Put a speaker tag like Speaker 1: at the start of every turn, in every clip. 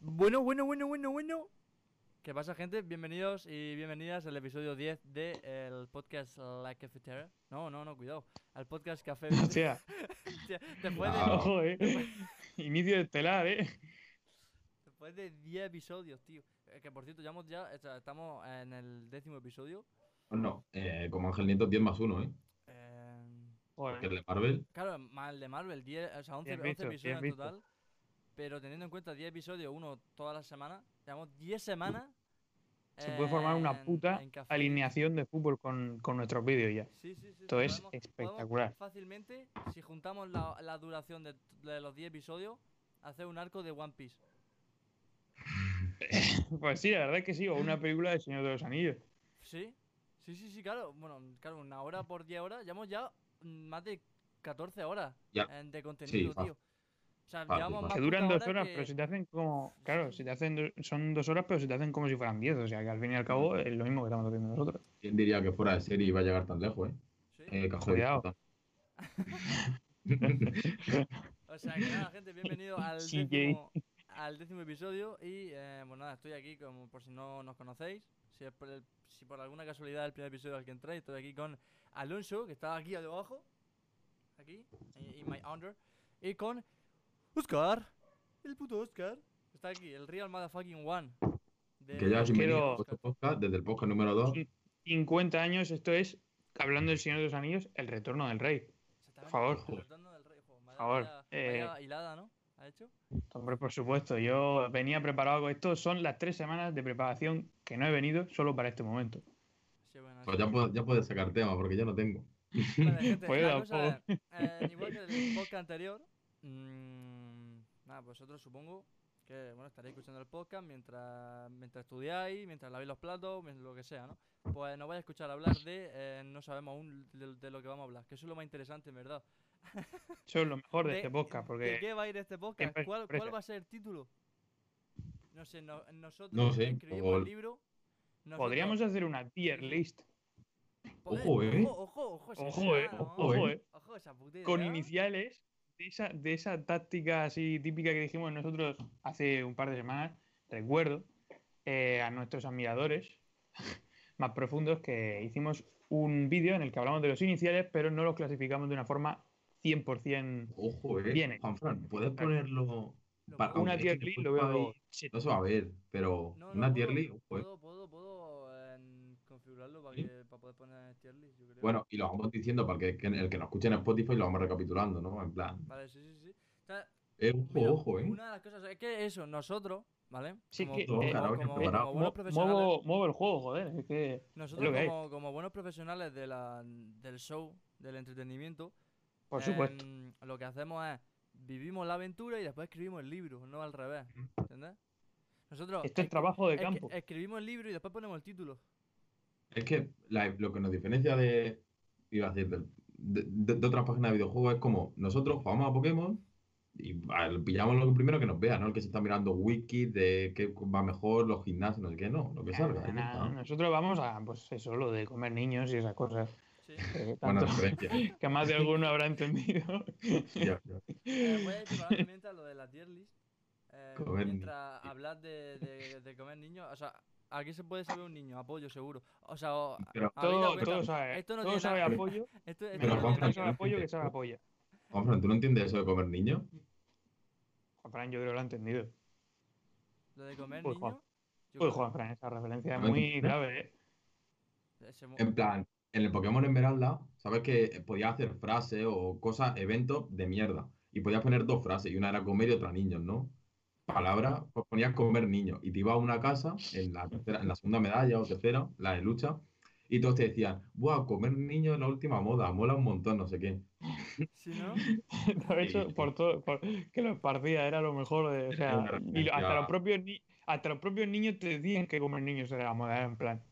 Speaker 1: Bueno, bueno, bueno, bueno, bueno. ¿Qué pasa, gente? Bienvenidos y bienvenidas al episodio 10 del podcast La Cafetera. No, no, no, cuidado. Al podcast Café.
Speaker 2: Hostia,
Speaker 1: Hostia, después, de,
Speaker 2: ojo, eh. Inicio estelar, eh.
Speaker 1: después de 10 episodios, tío. Eh, que por cierto, ya, hemos- ya est- estamos en el décimo episodio.
Speaker 3: No, eh, como Ángel Nieto 10 más 1, ¿eh?
Speaker 1: Eh,
Speaker 3: Porque
Speaker 2: Joder.
Speaker 3: el de Marvel.
Speaker 1: claro, más el de Marvel, 10, o sea, 11,
Speaker 2: Bien visto,
Speaker 1: 11 episodios en
Speaker 2: bien
Speaker 1: total. Pero teniendo en cuenta 10 episodios, uno todas las semanas, llevamos 10 semanas.
Speaker 2: Se puede formar una
Speaker 1: en-
Speaker 2: puta
Speaker 1: en Café.
Speaker 2: alineación de fútbol con, con nuestros vídeos ya.
Speaker 1: Sí, sí, sí.
Speaker 2: Esto es
Speaker 1: podemos-
Speaker 2: espectacular.
Speaker 1: podemos fácilmente, si juntamos la, la duración de, de los 10 episodios, hacer un arco de One Piece.
Speaker 2: Pues sí, la verdad es que sí, o una película de Señor de los Anillos.
Speaker 1: ¿Sí? Sí, sí, sí, claro. Bueno, claro, una hora por 10 horas. Llevamos ya mm, más de 14 horas
Speaker 3: Ya.
Speaker 1: eh, de contenido,
Speaker 3: fácil.
Speaker 1: tío. O sea,
Speaker 3: Fácil,
Speaker 1: llevamos
Speaker 3: fácil.
Speaker 1: más
Speaker 2: Que duran
Speaker 1: puta
Speaker 2: dos
Speaker 1: hora Ah,
Speaker 2: horas,
Speaker 1: pues que-
Speaker 2: pero se te hacen como. Claro, se te hacen do- son dos horas, pero se te hacen como si fueran diez. O sea que al fin y al cabo es lo mismo que estamos haciendo nosotros.
Speaker 3: ¿Quién diría que fuera de serie iba a llegar tan lejos, eh?
Speaker 1: Sí.
Speaker 3: Eh, cajón.
Speaker 2: Cuidado.
Speaker 1: O sea, que nada, gente, bienvenido al
Speaker 2: Sí,
Speaker 1: décimo, al décimo episodio. Y eh, bueno, nada, estoy aquí, como por si no nos conocéis. Si, es por el- si por alguna casualidad el primer episodio al que entráis, estoy aquí con Alonso, que está aquí debajo. Aquí, y my under. Y con Oscar, el puto Oscar. que Está aquí, el real motherfucking one. de-
Speaker 3: que ya
Speaker 1: Oscar.
Speaker 3: os bienvenido a
Speaker 2: quiero-
Speaker 3: vuestro este podcast, desde el podcast número 2.
Speaker 2: Sí. 50 años, esto es, hablando del Señor de los Anillos, el retorno del rey.
Speaker 1: Exactamente,
Speaker 2: Por favor,
Speaker 1: el
Speaker 2: joder.
Speaker 1: retorno del rey, joder, vaya-
Speaker 2: favor,
Speaker 1: vaya-
Speaker 2: eh.
Speaker 1: vaya hilada, ¿no? ¿Ha hecho?
Speaker 2: Hombre, por supuesto, yo venía preparado con esto. Son las tres semanas de preparación que no he venido solo para este momento.
Speaker 1: Sí, bueno,
Speaker 3: Pues
Speaker 1: sí.
Speaker 3: ya puedes, ya puedes sacar tema, porque yo no tengo.
Speaker 1: Vale, gente,
Speaker 2: Puedo,
Speaker 1: la cosa
Speaker 2: puedo.
Speaker 1: es, eh, igual que el podcast anterior, mm, nada, vosotros supongo que bueno, estaréis escuchando el podcast mientras, mientras estudiáis, mientras lavéis los platos, mien- lo que sea, ¿no? Pues nos vais a escuchar hablar de, eh, no sabemos aún de, de lo que vamos a hablar, que eso es lo más interesante, en verdad.
Speaker 2: Eso es lo mejor de, este podcast,
Speaker 1: ¿De
Speaker 2: porque
Speaker 1: qué va a ir este podcast?
Speaker 2: siempre hay
Speaker 1: ¿Cuál,
Speaker 2: sorpresas.
Speaker 1: cuál va a ser el título? No sé, no- nosotros
Speaker 3: No sé,
Speaker 1: escribimos
Speaker 3: o-
Speaker 1: el libro. nosotros-
Speaker 2: podríamos hacer una tier list
Speaker 1: Poder-
Speaker 3: Ojo, eh.
Speaker 1: Ojo, ojo, ojo, esa
Speaker 2: Ojo, eh,
Speaker 1: idea, ¿no?
Speaker 2: ojo,
Speaker 3: Ojo,
Speaker 2: eh.
Speaker 1: Ojo, esa puta
Speaker 2: con
Speaker 1: idea.
Speaker 2: iniciales de esa, de esa táctica así típica que dijimos nosotros hace un par de semanas. Recuerdo eh, a nuestros admiradores más profundos que hicimos un vídeo en el que hablamos de los iniciales, pero no los clasificamos de una forma 100%
Speaker 3: Ojo, eh.
Speaker 2: Viene.
Speaker 3: Juanfran, puedes ponerlo.
Speaker 1: Lo
Speaker 3: pa-
Speaker 1: pongo-
Speaker 2: una
Speaker 3: aunque
Speaker 2: tier
Speaker 3: es que
Speaker 2: list,
Speaker 3: después
Speaker 2: lo veo.
Speaker 3: hay- No se va a ver, pero
Speaker 1: No, no,
Speaker 3: una tier
Speaker 1: puedo,
Speaker 3: list, ojo, eh.
Speaker 1: Puedo, puedo, puedo em, configurarlo para,
Speaker 3: Sí.
Speaker 1: que, para poder poner tier list, yo creo.
Speaker 3: Bueno, y lo vamos diciendo para que, que el que nos escuche en Spotify lo vamos recapitulando, ¿no? En plan.
Speaker 1: Vale, sí, sí, sí. O sea,
Speaker 3: Eh, ojo,
Speaker 1: mira,
Speaker 3: ojo, eh.
Speaker 1: Una de las cosas es que eso, nosotros, ¿vale?
Speaker 2: Sí,
Speaker 1: como,
Speaker 2: que,
Speaker 1: como-
Speaker 2: eh,
Speaker 3: Claro,
Speaker 1: como-
Speaker 3: bien
Speaker 1: como
Speaker 3: preparado.
Speaker 1: buenos
Speaker 2: Mo-
Speaker 1: profesionales,
Speaker 2: muevo, muevo el juego, joder. Es que
Speaker 1: nosotros
Speaker 2: lo que hay.
Speaker 1: como, como buenos profesionales de la, del show, del entretenimiento,
Speaker 2: Por supuesto.
Speaker 1: em, lo que hacemos es vivimos la aventura y después escribimos el libro, no al revés, ¿entendés? Nosotros
Speaker 2: Esto es
Speaker 1: escri-
Speaker 2: trabajo de
Speaker 1: escri-
Speaker 2: campo.
Speaker 1: escribimos el libro y después ponemos el título.
Speaker 3: Es que la- lo que nos diferencia de, iba a decir, del- de, de- de otras páginas de videojuegos es como nosotros jugamos a Pokémon y al- pillamos lo primero que nos vea, ¿no? El que se está mirando wiki de qué va mejor, los gimnasios, no sé qué, Ah, no, lo que salga. ahí
Speaker 2: Nah,
Speaker 3: está.
Speaker 2: Nosotros vamos a, pues eso, lo de comer niños y esas cosas.
Speaker 1: Sí.
Speaker 2: que
Speaker 3: Buena
Speaker 2: tanto-
Speaker 3: referencia.
Speaker 2: que más de alguno habrá entendido.
Speaker 3: Ya, ya.
Speaker 1: Eh, voy a ir preparando mientras lo de la tier list. Eh,
Speaker 3: Comer ni-
Speaker 1: mientras hablas de, de- de comer niños, o sea, aquí se puede saber un niño, apoyo seguro. O sea, o-
Speaker 3: Pero,
Speaker 1: habéis dado
Speaker 2: todo,
Speaker 1: cuenta,
Speaker 2: todo sabe,
Speaker 1: esto no
Speaker 2: todo
Speaker 1: tiene
Speaker 2: sabe
Speaker 1: nada-
Speaker 2: apoyo.
Speaker 1: esto- esto
Speaker 3: Pero ¿eh?
Speaker 1: no tiene
Speaker 2: Menos que no
Speaker 1: nada
Speaker 3: Juanfran,
Speaker 1: que
Speaker 2: sabe
Speaker 1: ver.
Speaker 2: apoyo, que sabe apoyo.
Speaker 3: Juanfran, ¿tú no entiendes eso de comer niños?
Speaker 2: Juanfran, yo creo que lo ha entendido.
Speaker 1: Lo de comer
Speaker 2: Uy, Juan.
Speaker 1: niños. yo
Speaker 2: Uy,
Speaker 1: creo-
Speaker 2: Juanfran, esa referencia es
Speaker 3: Lo
Speaker 2: muy
Speaker 3: entiendo.
Speaker 2: grave. ¿eh?
Speaker 1: eh, se mu-
Speaker 3: En plan, en el Pokémon Esmeralda, sabes que podías hacer frases o cosas, eventos de mierda. Y podías poner dos frases, y una era comer y otra niños, ¿no? Palabra, pues ponías comer niños. Y te ibas a una casa, en la, tercera- en la segunda medalla o tercera, la de lucha, y todos te decían, wow, comer niños es la última moda, mola un montón, no sé qué.
Speaker 1: si no,
Speaker 2: Por eso,
Speaker 3: Sí.
Speaker 2: por todo, por- que lo esparcía era lo mejor. de- o sea, y
Speaker 3: una
Speaker 2: lo- hasta,
Speaker 3: referencia.
Speaker 2: los propios ni- hasta los propios niños te decían que comer niños era la moda, era en plan.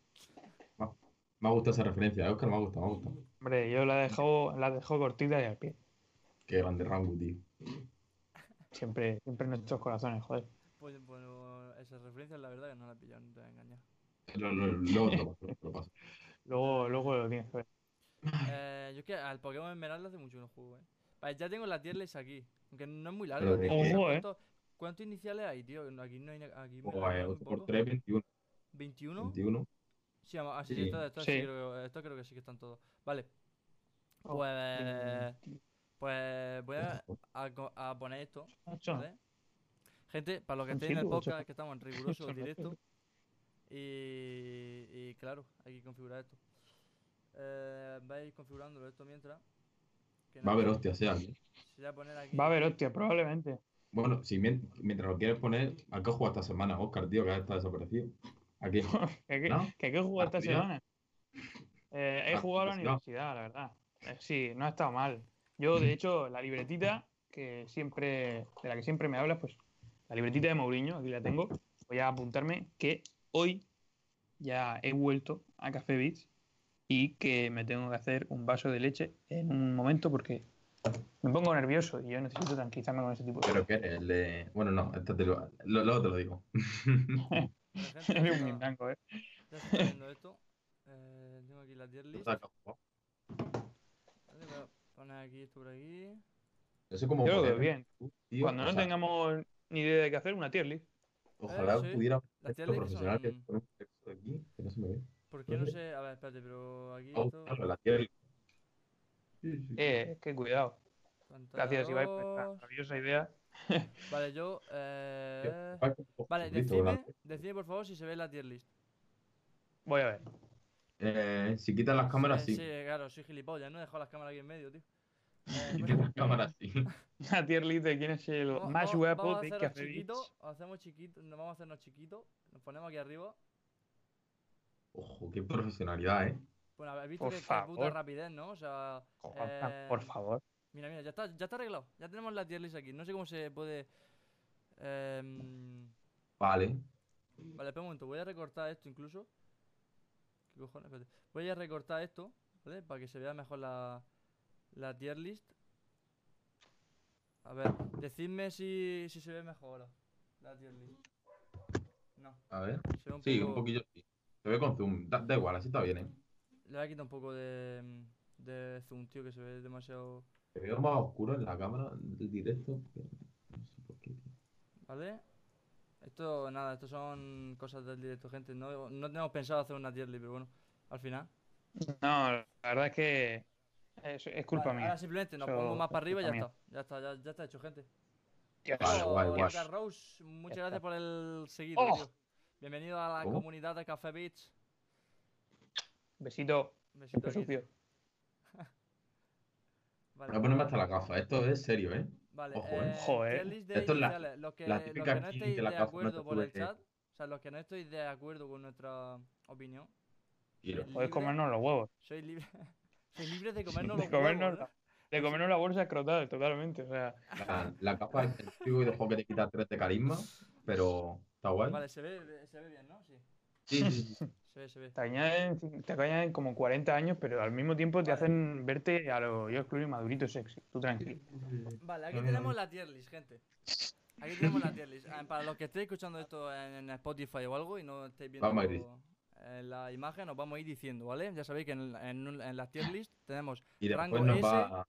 Speaker 3: Me ha gustado esa referencia, eh, Oscar, me ha gustado, me ha gustado.
Speaker 2: Hombre, yo la dejo, la dejo cortita y al pie.
Speaker 3: Qué grande Rango, tío.
Speaker 2: Siempre, siempre en nuestros corazones, joder.
Speaker 1: pues, bueno, esas referencias la verdad que no la he pillado, no te voy a engañar.
Speaker 3: Lo- lo- Luego te lo paso, te lo paso.
Speaker 2: Luego, luego lo tienes que ver.
Speaker 1: Eh, yo es que al Pokémon Esmeralda hace mucho que no juego, eh. Vale, ya tengo la tier list aquí. Aunque no es muy larga.
Speaker 3: Pero de
Speaker 1: tío,
Speaker 2: qué.
Speaker 1: son
Speaker 2: Ojo, eh.
Speaker 1: cuantos- ¿Cuántos iniciales hay, tío? No, Aquí no hay. Aquí me
Speaker 3: Pues
Speaker 1: regalan un
Speaker 3: 8 por
Speaker 1: poco.
Speaker 3: 3, 21.
Speaker 1: ¿21?
Speaker 3: 21.
Speaker 1: Sí, ama- ah, sí,
Speaker 3: Sí.
Speaker 1: esto, esto sí
Speaker 2: Sí.
Speaker 1: creo, esto creo que sí que están todos. Vale.
Speaker 2: Oh,
Speaker 1: Pues. Pues voy a, a co- a poner esto,
Speaker 2: Ocho.
Speaker 1: ¿vale? Gente, para los que
Speaker 2: Son
Speaker 1: estén en el
Speaker 2: siete u Ah. ocho.
Speaker 1: podcast, que estamos en riguroso
Speaker 2: Son ocho.
Speaker 1: directo. Y, y claro, hay que configurar esto. Eh, vais configurándolo esto mientras. que
Speaker 3: Va a haber
Speaker 1: nada,
Speaker 3: hostias, sea. aquí.
Speaker 1: se va a poner aquí.
Speaker 2: Va a haber hostia, probablemente.
Speaker 3: Bueno, si mien- mientras lo quieres poner, ¿a qué has jugado esta semana, Oscar, tío? Que has estado desaparecido. Aquí.
Speaker 2: que hay que-
Speaker 3: ¿No?
Speaker 2: que hay que jugar esta
Speaker 3: Partido.
Speaker 2: semana. Eh, he
Speaker 3: Ah,
Speaker 2: jugado a la
Speaker 3: curiosidad.
Speaker 2: universidad, la verdad. Eh, sí, no ha estado mal. Yo, de hecho, la libretita que siempre, de la que siempre me hablas, pues la libretita de Mourinho, aquí la tengo. Voy a apuntarme que hoy ya he vuelto a Café Beats y que me tengo que hacer un vaso de leche en un momento porque me pongo nervioso y yo necesito tranquilizarme con ese tipo de
Speaker 3: Pero que eres el de- Bueno, no, este te lo... lo- luego te lo digo.
Speaker 1: La gente ya
Speaker 2: Eres
Speaker 1: se
Speaker 2: muy
Speaker 1: está-
Speaker 2: blanco, ¿eh?
Speaker 1: ya se está viendo esto. Eh, tengo aquí la tier list. Vale, voy a poner aquí esto por aquí.
Speaker 3: Yo sé cómo
Speaker 2: Yo lo veo
Speaker 3: poder,
Speaker 2: bien.
Speaker 3: uh, tío,
Speaker 2: Cuando
Speaker 3: o
Speaker 2: no
Speaker 3: sea,
Speaker 2: tengamos ni idea de qué hacer, una tier list.
Speaker 3: Ojalá
Speaker 1: Eh, sí.
Speaker 3: pudiera
Speaker 1: Las tier
Speaker 3: esto
Speaker 1: list
Speaker 3: profesional que
Speaker 1: son-
Speaker 3: pone un texto aquí, que no se me ve.
Speaker 1: ¿Por qué no
Speaker 3: sé.
Speaker 1: sé? A ver, espérate, pero aquí
Speaker 3: Ah,
Speaker 1: esto.
Speaker 3: claro, la tier list. Sí, sí.
Speaker 2: Eh, es que cuidado.
Speaker 1: pantalla
Speaker 2: Gracias, Ibai, pues, por esta
Speaker 1: dos.
Speaker 2: maravillosa idea.
Speaker 1: Vale, yo. eh,
Speaker 3: Ay, oh,
Speaker 1: Vale,
Speaker 3: Jesucristo, ¿verdad?
Speaker 1: decime, decime por favor si se ve la tier list.
Speaker 2: Voy a ver.
Speaker 3: Eh, si quitas las cámaras,
Speaker 1: sí.
Speaker 3: sí.
Speaker 1: Sí, claro, soy gilipollas, no he dejado las cámaras aquí en medio, tío. Eh,
Speaker 3: Si
Speaker 1: bueno,
Speaker 3: quitas las cámaras, sí.
Speaker 2: La tier list de quién es el
Speaker 1: vamos-
Speaker 2: más
Speaker 1: vamos-
Speaker 2: guapo
Speaker 1: vamos a
Speaker 2: de
Speaker 1: hacernos
Speaker 2: Café
Speaker 1: chiquitos,
Speaker 2: Beats.
Speaker 1: hacemos chiquito, nos vamos a hacernos chiquitos, nos ponemos aquí arriba.
Speaker 3: Ojo, qué profesionalidad, ¿eh?
Speaker 1: Bueno, habéis visto
Speaker 2: Por
Speaker 1: que, qué puta
Speaker 2: favor.
Speaker 1: rapidez, ¿no? O sea,
Speaker 2: Juanfran, Por
Speaker 1: Eh,
Speaker 2: favor.
Speaker 1: Mira, mira, ya está, ya está arreglado. Ya tenemos la tier list aquí. No sé cómo se puede. em,
Speaker 3: Vale.
Speaker 1: vale, espera un momento. Voy a recortar esto incluso. ¿Qué cojones? Espérate. Voy a recortar esto, ¿vale? Para que se vea mejor la, la tier list. A ver, decidme si, si se ve mejor ahora. La tier list. No,
Speaker 3: A ver.
Speaker 1: se ve un
Speaker 3: Sí,
Speaker 1: poco.
Speaker 3: un poquillo sí. Se ve con zoom. Da, da igual, así está bien, ¿eh?
Speaker 1: Le voy a quitar un poco de, em, de zoom, tío, que se ve demasiado.
Speaker 3: Se ve más oscuro en la cámara del directo. pero No sé por qué. tío.
Speaker 1: ¿Vale? Esto, nada, esto son cosas del directo, gente. No, no tenemos pensado hacer una tier list, pero bueno, al final.
Speaker 2: No, la verdad es que es, es culpa
Speaker 1: Vale,
Speaker 2: mía.
Speaker 1: Ahora simplemente nos
Speaker 2: Eso
Speaker 1: pongo más para arriba y ya
Speaker 2: culpa mía.
Speaker 1: está. Ya está, ya, ya está hecho, gente.
Speaker 2: Dios.
Speaker 3: Vale,
Speaker 1: Eso,
Speaker 3: guay, guay.
Speaker 1: Luca Rose, muchas
Speaker 2: Ya
Speaker 1: gracias
Speaker 2: está.
Speaker 1: por el seguido,
Speaker 2: ¡Oh!
Speaker 1: tío. Bienvenido a la
Speaker 3: ¿Cómo?
Speaker 1: comunidad de Café Beach.
Speaker 2: Besito,
Speaker 1: Besito
Speaker 2: siempre
Speaker 1: aquí.
Speaker 2: sucio.
Speaker 3: Voy a
Speaker 1: Vale,
Speaker 3: ponerme hasta la gafa. Esto es serio, ¿eh?
Speaker 1: vale.
Speaker 3: Ojo,
Speaker 1: eh,
Speaker 3: eh.
Speaker 2: Joder.
Speaker 1: tier list de
Speaker 3: Esto es la-
Speaker 1: iniciales. Los que,
Speaker 3: la
Speaker 1: los que
Speaker 3: típica
Speaker 1: no
Speaker 3: aquí
Speaker 1: estéis
Speaker 3: que la
Speaker 1: de
Speaker 3: gafa no te
Speaker 1: acuerdo por el
Speaker 3: sube.
Speaker 1: chat, o sea, los que no estéis de acuerdo con nuestra opinión,
Speaker 3: Giro.
Speaker 1: Sí.
Speaker 2: Podéis comernos los huevos.
Speaker 1: sois libres, sois libres de comernos
Speaker 2: De
Speaker 1: los huevos, ¿eh?
Speaker 2: comernos,
Speaker 1: ¿no?
Speaker 2: la-
Speaker 1: Pues
Speaker 2: de comernos la bolsa escrotal, totalmente. O sea,
Speaker 3: La, la capa es el típico videojuego que te quita 3 de carisma, pero está guay.
Speaker 1: Vale, se ve, se ve bien, ¿no? Sí.
Speaker 3: Sí, sí, sí.
Speaker 1: Se ve, se ve.
Speaker 2: te añaden, te añaden como 40 años, pero al mismo tiempo te
Speaker 1: Vale.
Speaker 2: hacen verte a lo yo excluyo madurito sexy. Tú tranquilo.
Speaker 1: Vale, aquí
Speaker 3: No, no,
Speaker 1: tenemos
Speaker 3: no.
Speaker 1: la tier list, gente. Aquí tenemos la tier list. Ah, Para los que estéis escuchando esto en en Spotify o algo y no estéis viendo
Speaker 3: Vamos a ir
Speaker 1: eh, la imagen, os vamos a ir diciendo, ¿vale? Ya sabéis que en, en un- en la tier list tenemos
Speaker 3: Y después
Speaker 1: Rango
Speaker 3: nos
Speaker 1: S,
Speaker 3: va.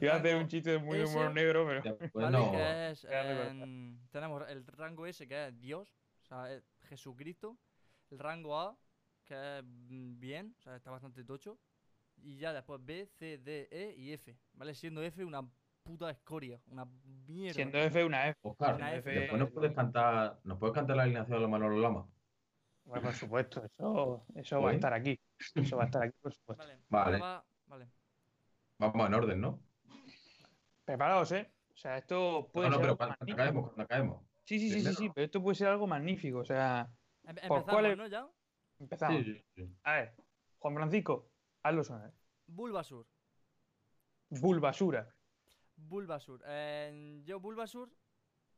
Speaker 2: Iba a hacer
Speaker 1: Rango
Speaker 2: un chiste de muy de humor
Speaker 1: S.
Speaker 2: negro, pero.
Speaker 3: después
Speaker 1: ¿vale?
Speaker 3: nos-
Speaker 1: que es,
Speaker 2: Ya recuerdo.
Speaker 1: em, tenemos el rango S que es Dios, o sea, es Jesucristo, el rango A que es mm, bien, o sea, está bastante tocho, y ya después B, C, D, E y F, ¿vale? Siendo F una puta escoria, una mierda.
Speaker 2: Siendo F una F.
Speaker 3: Oscar,
Speaker 1: Una F.
Speaker 3: después nos puedes cantar, nos puedes cantar la alineación de los Manolo Lama.
Speaker 2: Bueno, por supuesto, eso, eso va a
Speaker 3: Joder.
Speaker 2: estar aquí. Eso va a estar aquí, por supuesto.
Speaker 1: Vale,
Speaker 3: Vale.
Speaker 1: ahora va- vale.
Speaker 3: Vamos en orden, ¿no?
Speaker 2: Preparados, ¿eh? O sea, esto puede
Speaker 3: no,
Speaker 2: ser
Speaker 3: no, pero
Speaker 2: algo
Speaker 3: cuando
Speaker 2: magnífico.
Speaker 3: caemos, cuando caemos.
Speaker 2: Sí, sí, sí, sí,
Speaker 3: primero,
Speaker 2: sí, pero esto puede ser algo magnífico. O sea,
Speaker 1: Em-
Speaker 2: ¿Por
Speaker 1: Empezamos,
Speaker 2: Pues, cuál es-
Speaker 1: ¿no? Ya.
Speaker 2: empezamos.
Speaker 3: Sí, sí, sí.
Speaker 2: A ver, Juan Francisco, hazlo sonar.
Speaker 1: Bulbasur.
Speaker 2: Bulbasura.
Speaker 1: Bulbasur. Eh, yo, Bulbasur,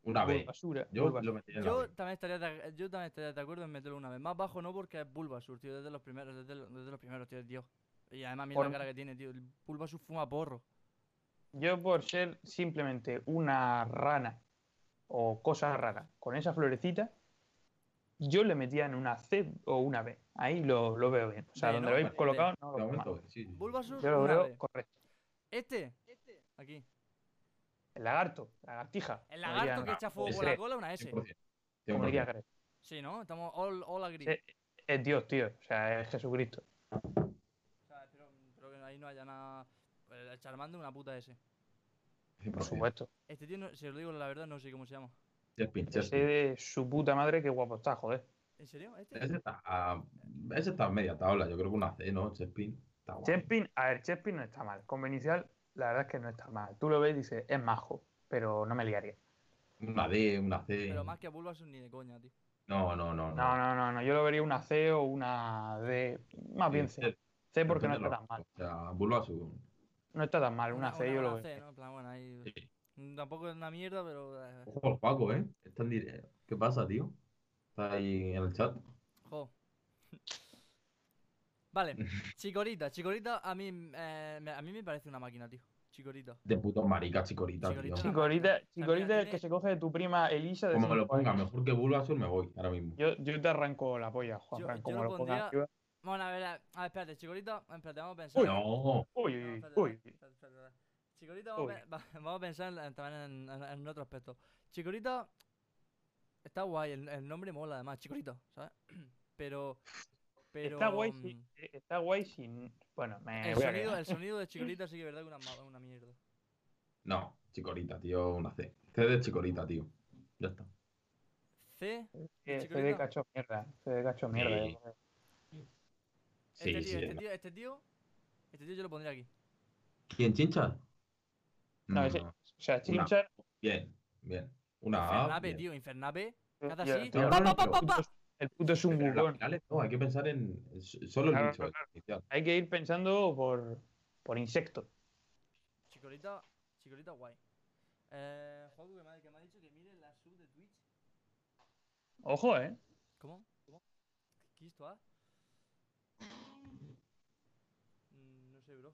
Speaker 3: Una vez.
Speaker 2: Bulbasura.
Speaker 3: Yo
Speaker 2: Bulbasura.
Speaker 3: lo metí en la
Speaker 1: yo
Speaker 3: B.
Speaker 1: también, estaría de, yo también estaría de acuerdo en meterlo una vez. Más bajo no, porque es Bulbasur, tío. Desde los primeros, desde, lo- desde los primeros, tío. Dios. Y además, mira
Speaker 2: Por-
Speaker 1: la cara que tiene, tío. El Bulbasur fuma porro.
Speaker 2: Yo por ser simplemente una rana o cosa rara con esa florecita, yo le metía en una C o una B. Ahí lo, lo veo bien. O sea,
Speaker 1: B,
Speaker 2: donde
Speaker 1: ¿no?
Speaker 2: lo habéis
Speaker 1: Vale,
Speaker 2: colocado, no
Speaker 3: De
Speaker 2: lo veo mal.
Speaker 3: momento, sí, sí, sí.
Speaker 1: Bulbasur,
Speaker 2: Yo lo
Speaker 1: una
Speaker 2: veo
Speaker 1: vez.
Speaker 2: correcto.
Speaker 1: Este. Aquí.
Speaker 2: El lagarto, la lagartija.
Speaker 1: El lagarto que echa fuego por la
Speaker 2: Ese.
Speaker 1: cola, una S.
Speaker 3: 100%.
Speaker 2: como diría
Speaker 3: 100%.
Speaker 2: Greg.
Speaker 1: Sí, ¿no? Estamos all, all agree.
Speaker 2: Eh, Es Dios, tío. O sea, es Jesucristo.
Speaker 1: O sea, espero, espero que ahí no haya nada. El Charmander, una puta S.
Speaker 3: 100%.
Speaker 2: Por supuesto.
Speaker 1: Este tío, no- si os digo la verdad, no sé cómo se llama.
Speaker 3: Chespin,
Speaker 2: Yo sé
Speaker 3: Chespin.
Speaker 2: de su puta madre qué guapo está, joder.
Speaker 1: ¿En serio? ¿Este?
Speaker 3: Ese está, a- ese está a media tabla, yo creo que una C, ¿no? Chespin. Está guapo.
Speaker 2: Chespin, a ver, Chespin no está mal. Como inicial, la verdad es que no está mal. Tú lo ves y dices, es majo, pero no me liaría.
Speaker 3: Una D, una C.
Speaker 1: Pero más que a Bulbasaur ni de coña, tío.
Speaker 3: No, no, no.
Speaker 2: No, no, no, no. Yo lo vería una C o una D. Más bien C. C porque no está tan mal.
Speaker 3: O sea, Bulbasaur.
Speaker 2: No está tan mal. Una C yo lo
Speaker 1: una
Speaker 2: veo.
Speaker 1: C, ¿no? En plan, bueno, ahí.
Speaker 3: Sí.
Speaker 1: Tampoco es una mierda, pero. eh,
Speaker 3: Ojo al Paco, ¿eh? Está en dire- ¿Qué pasa, tío? Está ahí en el chat.
Speaker 1: jo. Vale, Chicorita. Chicorita a mí, eh, me- a mí me parece una máquina, tío. Chicorita.
Speaker 3: De putos maricas, chicorita,
Speaker 1: Chicorita.
Speaker 3: tío.
Speaker 2: Chicorita,
Speaker 1: También la
Speaker 2: chicorita es el
Speaker 1: tiene.
Speaker 2: que se coge de tu prima Elisa de
Speaker 3: Como me
Speaker 2: cinco
Speaker 3: lo ponga,
Speaker 2: años.
Speaker 3: mejor que Bulbasaur me voy ahora mismo.
Speaker 2: Yo, yo te arranco la polla, Juan
Speaker 1: Yo- yo
Speaker 2: Franco, como
Speaker 1: lo
Speaker 2: lo pongas
Speaker 1: pondría-
Speaker 2: arriba.
Speaker 1: Bueno, a ver, a a ver, espérate, Chicorita. Espérate, vamos a pensar.
Speaker 3: No,
Speaker 2: Uy,
Speaker 1: No,
Speaker 2: uy,
Speaker 1: espérate,
Speaker 2: uy.
Speaker 1: espérate, espérate, espérate. Chicorita, vamos, a
Speaker 2: Uy.
Speaker 1: pe- va- vamos a pensar en la- también en, en- en otro aspecto. Chicorita está guay, el, el nombre mola además, Chicorita, ¿sabes? Pero. pero
Speaker 2: Está guay si.
Speaker 1: mm,
Speaker 2: eh, Está guay sin. Bueno, me
Speaker 1: El
Speaker 2: voy a
Speaker 1: sonido,
Speaker 2: quedar.
Speaker 1: el sonido de Chicorita sí que es verdad que una, ma- una mierda.
Speaker 3: no, chicorita, tío, una C. C de chicorita, tío. Ya está.
Speaker 1: C.
Speaker 2: Eh,
Speaker 1: chico
Speaker 2: CD
Speaker 1: grita.
Speaker 2: cacho mierda. CD cacho mierda.
Speaker 3: Sí.
Speaker 2: yo creo.
Speaker 1: Este,
Speaker 3: Sí,
Speaker 1: tío,
Speaker 3: sí.
Speaker 1: este,
Speaker 3: no.
Speaker 1: tío, este tío. Este tío yo lo pondría aquí.
Speaker 3: ¿Quién chincha?
Speaker 2: No, ese- O sea, Chinchar.
Speaker 3: Bien, bien. Una A.
Speaker 1: Infernape,
Speaker 3: Ah, bien.
Speaker 1: tío, Infernape.
Speaker 2: eh,
Speaker 1: Haz así.
Speaker 2: ya,
Speaker 3: No,
Speaker 2: ya,
Speaker 3: no,
Speaker 1: Pa,
Speaker 3: no,
Speaker 1: pa, pa,
Speaker 3: pero-
Speaker 1: pa, pa.
Speaker 2: El puto es un
Speaker 3: Pero en las
Speaker 2: bubón.
Speaker 3: finales no, hay que pensar en en solo el
Speaker 2: Claro,
Speaker 3: bicho
Speaker 2: claro,
Speaker 3: inicial.
Speaker 2: Hay que ir pensando por, por insecto.
Speaker 1: Chicorita, Chicorita guay. Eh, Joaco, que me, ha- que me ha dicho que mire la sub de Twitch.
Speaker 2: Ojo, eh.
Speaker 1: ¿Cómo? ¿Cómo? ¿Qué esto ah? Mm, No sé, bro.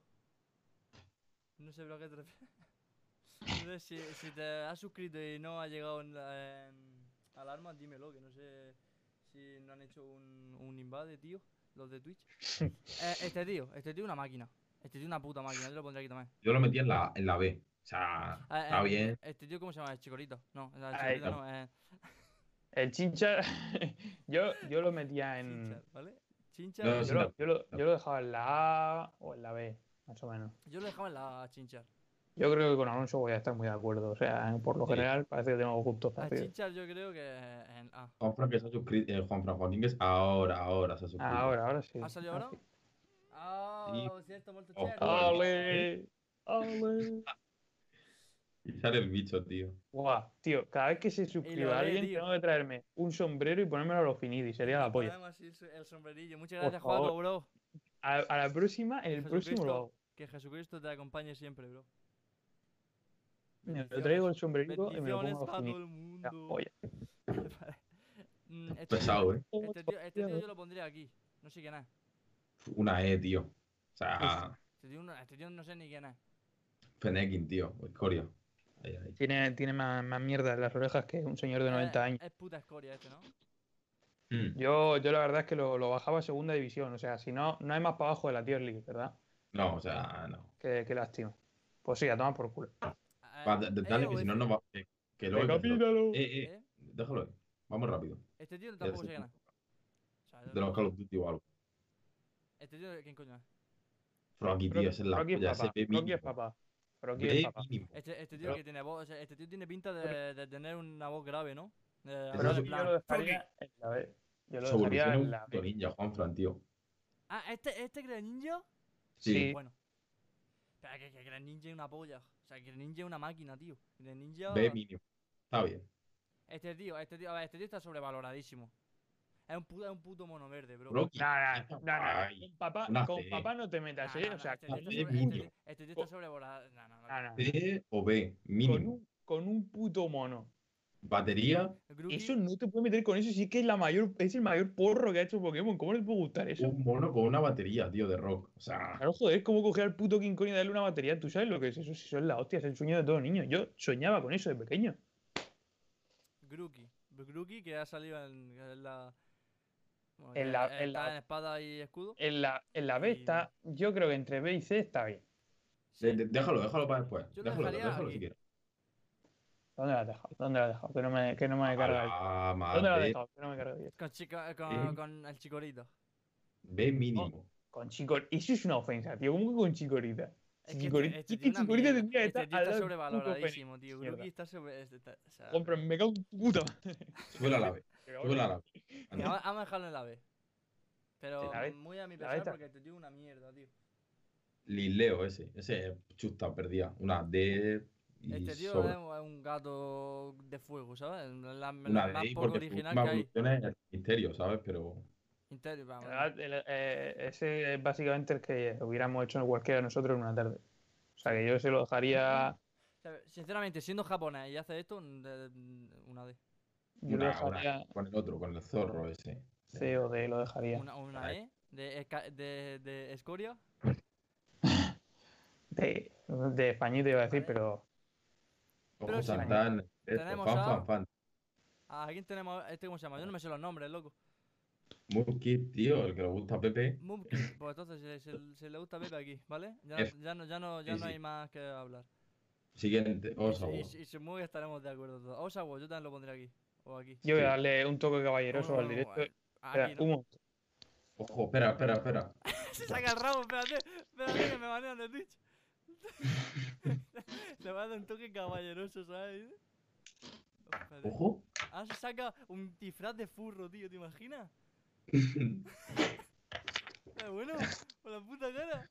Speaker 1: No sé, bro, a qué te refieres. No sé, si, si te has suscrito y no ha llegado en la- en alarma, dímelo, que no sé si no han hecho un, un invade, tío, los de Twitch. Eh, este tío, este tío una máquina. Este tío una puta máquina, yo lo pondré aquí también.
Speaker 3: Yo lo metí en la, en la B. O sea,
Speaker 1: Ah,
Speaker 3: está
Speaker 1: eh,
Speaker 3: bien.
Speaker 1: Este tío, ¿cómo se llama? El Chicorito. No, el
Speaker 2: Ahí
Speaker 1: Chicorito no, eh,
Speaker 2: El Chinchar. yo, yo lo metía en.
Speaker 1: Chinchar, ¿vale? Chinchar.
Speaker 3: No, sí,
Speaker 2: Yo
Speaker 3: no.
Speaker 2: lo, yo, lo, yo lo dejaba en la A o en la B, más o menos.
Speaker 1: Yo lo dejaba en la Chinchar.
Speaker 2: Yo creo que con Alonso voy a estar muy de acuerdo. O sea, eh, por lo
Speaker 3: Sí.
Speaker 2: general parece que tengo gustos
Speaker 1: La
Speaker 2: parecidos.
Speaker 1: Chinchar yo creo que en ah. A.
Speaker 3: Juanfran que se ha suscrito. eh, Juanfran Joaquín que es ahora, ahora se ha suscrito.
Speaker 2: Ah, Ahora, ahora sí.
Speaker 1: ¿Ha salido ahora? Ah,
Speaker 3: Sí.
Speaker 1: lo siento, molto
Speaker 3: Oh,
Speaker 1: certo.
Speaker 3: ah.
Speaker 2: ¡Ale! ¡Ale!
Speaker 3: Y sale el bicho, tío.
Speaker 2: Guau, tío, cada vez que se suscriba
Speaker 1: olé,
Speaker 2: alguien
Speaker 1: tío.
Speaker 2: tengo que traerme un sombrero y ponérmelo a los finidi, sería la polla.
Speaker 1: Además, sí, el so- el sombrerillo. Muchas
Speaker 2: Por
Speaker 1: gracias,
Speaker 2: favor.
Speaker 1: Juaco, bro.
Speaker 2: A, a la próxima, en el próximo
Speaker 1: Jesucristo.
Speaker 2: lo hago.
Speaker 1: Que Jesucristo te acompañe siempre, bro.
Speaker 2: Me lo
Speaker 1: Bendiciones.
Speaker 2: traigo el sombrerito y me lo
Speaker 1: Bendiciones
Speaker 2: pongo a
Speaker 1: para
Speaker 2: los
Speaker 1: todo
Speaker 2: finidi.
Speaker 1: el
Speaker 2: La
Speaker 1: mundo.
Speaker 2: polla.
Speaker 1: Mm, este, tío,
Speaker 3: Pesado, ¿eh?
Speaker 1: este, tío, este tío yo lo pondría aquí. No sé quién es.
Speaker 3: Una E, tío. O sea,
Speaker 1: Este tío, no- este tío no sé ni quién es.
Speaker 3: Fenekin, tío. O Escoria. Ahí, ahí.
Speaker 2: Tiene, tiene más, más mierda en las orejas que un señor de 90
Speaker 1: Eh,
Speaker 2: años.
Speaker 1: Es puta escoria este, ¿no?
Speaker 3: Mm.
Speaker 2: Yo, yo la verdad es que lo, lo bajaba a segunda división. O sea, si no, no hay más para abajo de la tier league, ¿verdad?
Speaker 3: No, o sea, no.
Speaker 2: Qué, qué lástima. Pues sí, a tomar por culo.
Speaker 1: Eh,
Speaker 3: Va, de- de- dale, que si no,
Speaker 1: AOF,
Speaker 3: no va. Que, que luego. hay que hacerlo.
Speaker 2: Decapítalo.
Speaker 3: Eh, eh,
Speaker 1: ¿eh?
Speaker 3: déjalo ahí. Vamos rápido.
Speaker 1: Este tío
Speaker 3: Ya
Speaker 1: tampoco
Speaker 3: sé.
Speaker 1: sé quién es. O sea, yo-
Speaker 3: De los Call of Duty o algo.
Speaker 1: Este tío, ¿quién coño es?
Speaker 3: Frocky, tío, ese es la
Speaker 2: Rocky es
Speaker 3: polla, ese
Speaker 2: papá.
Speaker 3: B
Speaker 2: Rocky es
Speaker 3: mínimo.
Speaker 2: papá. Rocky
Speaker 3: B
Speaker 2: es papá.
Speaker 3: mínimo.
Speaker 1: Este, este tío
Speaker 3: Pero-
Speaker 1: que tiene voz, o sea, este tío tiene pinta de, de tener una voz grave, ¿no? De
Speaker 3: Pero
Speaker 1: hablar
Speaker 3: eso-
Speaker 1: en
Speaker 2: Rocky yo
Speaker 1: plan,
Speaker 2: lo dejaría en la B. Yo
Speaker 3: Su
Speaker 2: lo
Speaker 3: evolución
Speaker 2: dejaría
Speaker 3: es
Speaker 2: en
Speaker 3: un
Speaker 2: la
Speaker 3: puto
Speaker 2: B.
Speaker 3: ninja, Juanfran, tío.
Speaker 1: Ah, este, este Crea Ninja.
Speaker 3: Sí.
Speaker 2: Sí.
Speaker 1: Bueno. Pero que, que Crea Ninja es una polla. O sea, Crea Ninja es una máquina, tío. Crea Ninja.
Speaker 3: B mínimo. Está bien.
Speaker 1: Este tío, este tío, a ver, este tío está sobrevaloradísimo. Es un puto, es un puto mono verde, bro.
Speaker 3: Rocky.
Speaker 2: No, no, no, no.
Speaker 3: Ay,
Speaker 2: Con papá,
Speaker 3: una
Speaker 2: con
Speaker 3: C.
Speaker 2: papá no te
Speaker 1: No,
Speaker 2: metas,
Speaker 1: no,
Speaker 2: ¿eh?
Speaker 1: no,
Speaker 2: O sea, Ah,
Speaker 1: este tío, está
Speaker 3: es
Speaker 1: sobre- este
Speaker 3: niño.
Speaker 1: tío- este tío está sobrevalorado. No, no, no.
Speaker 2: no, no.
Speaker 3: C o B
Speaker 2: Con
Speaker 3: mínimo.
Speaker 2: un, con un puto mono.
Speaker 3: Batería,
Speaker 1: Grookey-
Speaker 2: Eso no te puede meter con eso. Sí que es la mayor, es el mayor porro que ha hecho Pokémon. ¿Cómo le puede gustar eso?
Speaker 3: un mono con una batería, tío, de rock. O sea,
Speaker 2: Claro, joder, es como coger al puto King Kong y darle una batería. ¿Tú sabes lo que es eso? Si eso es la hostia, es el sueño de todo niño. Yo soñaba con eso de pequeño.
Speaker 1: Grookey. Grookey que ha salido en, en la. bueno,
Speaker 2: En
Speaker 1: que
Speaker 2: la-
Speaker 1: está
Speaker 2: en la-
Speaker 1: en espada y escudo.
Speaker 2: En la, en la B
Speaker 1: Y-
Speaker 2: está, yo creo que entre B y C está bien.
Speaker 1: Sí.
Speaker 3: de- de- déjalo, déjalo para después.
Speaker 1: Yo lo
Speaker 3: déjalo,
Speaker 1: dejaría
Speaker 3: déjalo
Speaker 1: aquí.
Speaker 3: si quieres.
Speaker 2: ¿Dónde la has dejado? ¿Dónde la has dejado? Que no me, que no me carga el-
Speaker 3: Ah,
Speaker 2: ¿Dónde la has
Speaker 3: madre.
Speaker 2: dejado? Que no me carga el-
Speaker 1: Con, chico- eh, con,
Speaker 3: Sí.
Speaker 1: con el chicorito.
Speaker 3: Ve mínimo.
Speaker 2: Con chicor... Eso es una ofensa, tío. ¿Cómo que con chicorita?
Speaker 1: Es
Speaker 2: Si
Speaker 1: que
Speaker 2: chicori-
Speaker 1: este- este
Speaker 2: ¿Qué
Speaker 1: tío una
Speaker 2: chicorita
Speaker 1: mierda.
Speaker 2: tendría que
Speaker 1: Este
Speaker 2: estar
Speaker 1: tío
Speaker 2: al
Speaker 1: está
Speaker 2: lado del puto Fenix?
Speaker 1: sobrevaloradísimo, tío.
Speaker 2: mierda.
Speaker 1: Gruki está sobre. este- está- o sea,
Speaker 2: Compra, me cago en tu puta madre.
Speaker 3: Sube la ave.
Speaker 2: Me cago en
Speaker 3: Sube la
Speaker 2: la-
Speaker 3: ave.
Speaker 1: que vamos- vamos a dejarlo en la B. Pero
Speaker 2: la B-
Speaker 1: muy a mi
Speaker 2: la
Speaker 1: pesar
Speaker 2: beta.
Speaker 1: porque este tío es una mierda, tío.
Speaker 3: Lileo ese. Ese es chusta, perdida. Una D y
Speaker 1: Este tío
Speaker 3: sobra.
Speaker 1: es es un gato de fuego, ¿sabes? La, la-
Speaker 3: Una
Speaker 1: la más
Speaker 3: D
Speaker 1: poco
Speaker 3: porque
Speaker 1: original
Speaker 3: última
Speaker 1: que hay.
Speaker 3: evolución es el misterio, ¿sabes? Pero
Speaker 1: Inter- vamos,
Speaker 2: La verdad, Ah, el- eh, ese es básicamente el que hubiéramos hecho cualquiera de nosotros en una tarde. O sea, que yo se lo dejaría.
Speaker 1: o sea, sinceramente, siendo japonés y hace esto, un- de- de- una D.
Speaker 2: Yo lo
Speaker 3: Una- una-
Speaker 2: dejaría.
Speaker 3: con el otro, con el zorro ese.
Speaker 2: C o D lo dejaría.
Speaker 1: Una, una
Speaker 3: Ay.
Speaker 1: E de, esca- de, de escoria.
Speaker 2: De, de español iba a decir,
Speaker 1: Vale.
Speaker 2: pero.
Speaker 1: Pero
Speaker 3: Ojo,
Speaker 1: sí.
Speaker 3: Santana, esto,
Speaker 1: Tenemos
Speaker 3: fan,
Speaker 1: a-
Speaker 3: fan, fan.
Speaker 1: Ah, aquí tenemos. ¿Este cómo se llama? Yo no me sé los nombres, loco.
Speaker 3: Moonkid, tío, el que le gusta a Pepe.
Speaker 1: Mumkin. Pues entonces, se, se- se le gusta Pepe aquí, ¿vale? Ya,
Speaker 3: F.
Speaker 1: ya no, ya, no, ya
Speaker 3: Sí,
Speaker 1: no
Speaker 3: sí.
Speaker 1: hay más que hablar.
Speaker 3: Siguiente,
Speaker 1: Y-
Speaker 3: Osawo.
Speaker 1: Y, y, supongo que estaremos de acuerdo todos. Osawo, yo también lo pondré aquí. O aquí.
Speaker 2: Yo voy
Speaker 3: Sí.
Speaker 2: a darle un toque caballeroso
Speaker 1: Bueno,
Speaker 2: al directo.
Speaker 1: bueno,
Speaker 2: Espera,
Speaker 1: aquí eh, no.
Speaker 2: un momento.
Speaker 3: Ojo, espera, espera, espera.
Speaker 1: Se saca el rabo, espérate, espérate que me banean de Twitch. Le va a dar un toque caballeroso, ¿sabes? Espérate.
Speaker 3: Ojo.
Speaker 1: Ah, se saca un disfraz de furro, tío, ¿te imaginas? Está bueno, con la puta cara.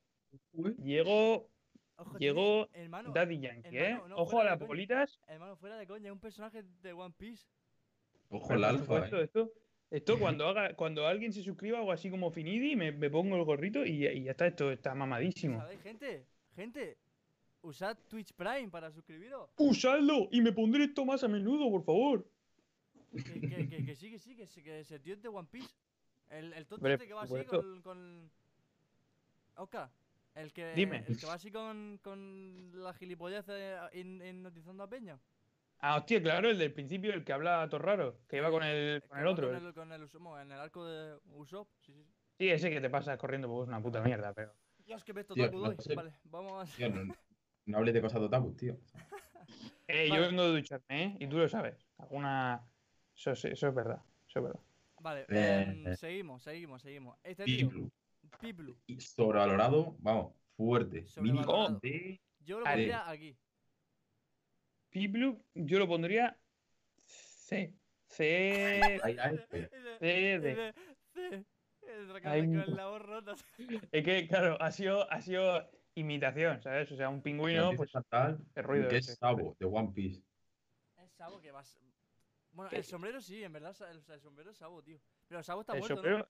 Speaker 2: Llegó
Speaker 1: Ojo,
Speaker 2: Llegó
Speaker 1: tiene- hermano,
Speaker 2: Daddy Yankee, ¿eh?
Speaker 1: hermano, no,
Speaker 2: Ojo
Speaker 1: fuera
Speaker 2: a
Speaker 1: de
Speaker 2: las
Speaker 1: coña.
Speaker 2: bolitas.
Speaker 1: hermano, fuera de coña, es un personaje de One Piece.
Speaker 3: Ojo
Speaker 2: Pero
Speaker 3: el
Speaker 2: por
Speaker 3: alfa,
Speaker 2: supuesto,
Speaker 3: eh.
Speaker 2: esto, esto cuando haga, cuando alguien se suscriba o así como Finidi, me, me pongo el gorrito y, ya- y ya está, esto está mamadísimo.
Speaker 1: ¿Sabéis, gente? Gente, usad Twitch Prime para suscribiros.
Speaker 2: ¡Usadlo! Y me pondré esto más a menudo, por favor.
Speaker 1: Que, que, que, que sí, que sí, que, se- que ese tío es de One Piece. El, el tonto
Speaker 2: Hombre,
Speaker 1: este que va
Speaker 2: por
Speaker 1: así
Speaker 2: supuesto.
Speaker 1: con, con. Oscar, el que,
Speaker 2: Dime.
Speaker 1: el que va así con, con la gilipollez eh, hin- hipnotizando a Peña.
Speaker 2: Ah, hostia, claro, el del principio, el que hablaba todo raro, que iba con el,
Speaker 1: que
Speaker 2: con el
Speaker 1: va
Speaker 2: otro. eh.
Speaker 1: Con el, con el Usopp, bueno, en el arco de Usopp. Sí, sí. sí.
Speaker 2: Sí, ese que te pasa corriendo, pues es una puta mierda, pero.
Speaker 1: Dios, que pesto
Speaker 3: Tío,
Speaker 1: Taku
Speaker 3: no
Speaker 1: doy.
Speaker 3: sé.
Speaker 1: Vale, vamos a.
Speaker 3: Tío, no, no hables de cosas de otakus, tío.
Speaker 2: Eh, yo
Speaker 1: Vale.
Speaker 2: vengo de ducharme, ¿eh? Y tú lo sabes. Alguna. Eso, es- eso es verdad. Eso es verdad.
Speaker 1: Vale,
Speaker 3: Eh,
Speaker 1: em,
Speaker 3: eh.
Speaker 1: seguimos, seguimos, seguimos. Este tío,
Speaker 3: Piplu.
Speaker 1: Piplu,
Speaker 3: Y sobrevalorado, vamos, fuerte. Mínimo
Speaker 1: Sobrevalorado.
Speaker 3: de
Speaker 1: yo lo
Speaker 2: Ale.
Speaker 1: pondría aquí.
Speaker 2: Piplup, yo lo pondría C. C.
Speaker 3: Ay, ay, eh.
Speaker 1: Dice-
Speaker 2: C de.
Speaker 1: dice- dice- dice,
Speaker 2: Ay,
Speaker 1: Con
Speaker 2: no.
Speaker 1: la voz rota.
Speaker 2: Es que, claro, ha sido, ha sido imitación, ¿sabes? O sea, un pingüino,
Speaker 3: Francis
Speaker 2: pues
Speaker 3: Chantal,
Speaker 2: el ruido
Speaker 3: que
Speaker 2: ese.
Speaker 3: es Sabo, de One Piece.
Speaker 1: Es Sabo que vas. Bueno,
Speaker 2: ¿Qué?
Speaker 1: el sombrero sí, en verdad, sa- el, el sombrero es Sabo, tío. Pero Sabo está
Speaker 2: el
Speaker 1: muerto,
Speaker 2: sombrero,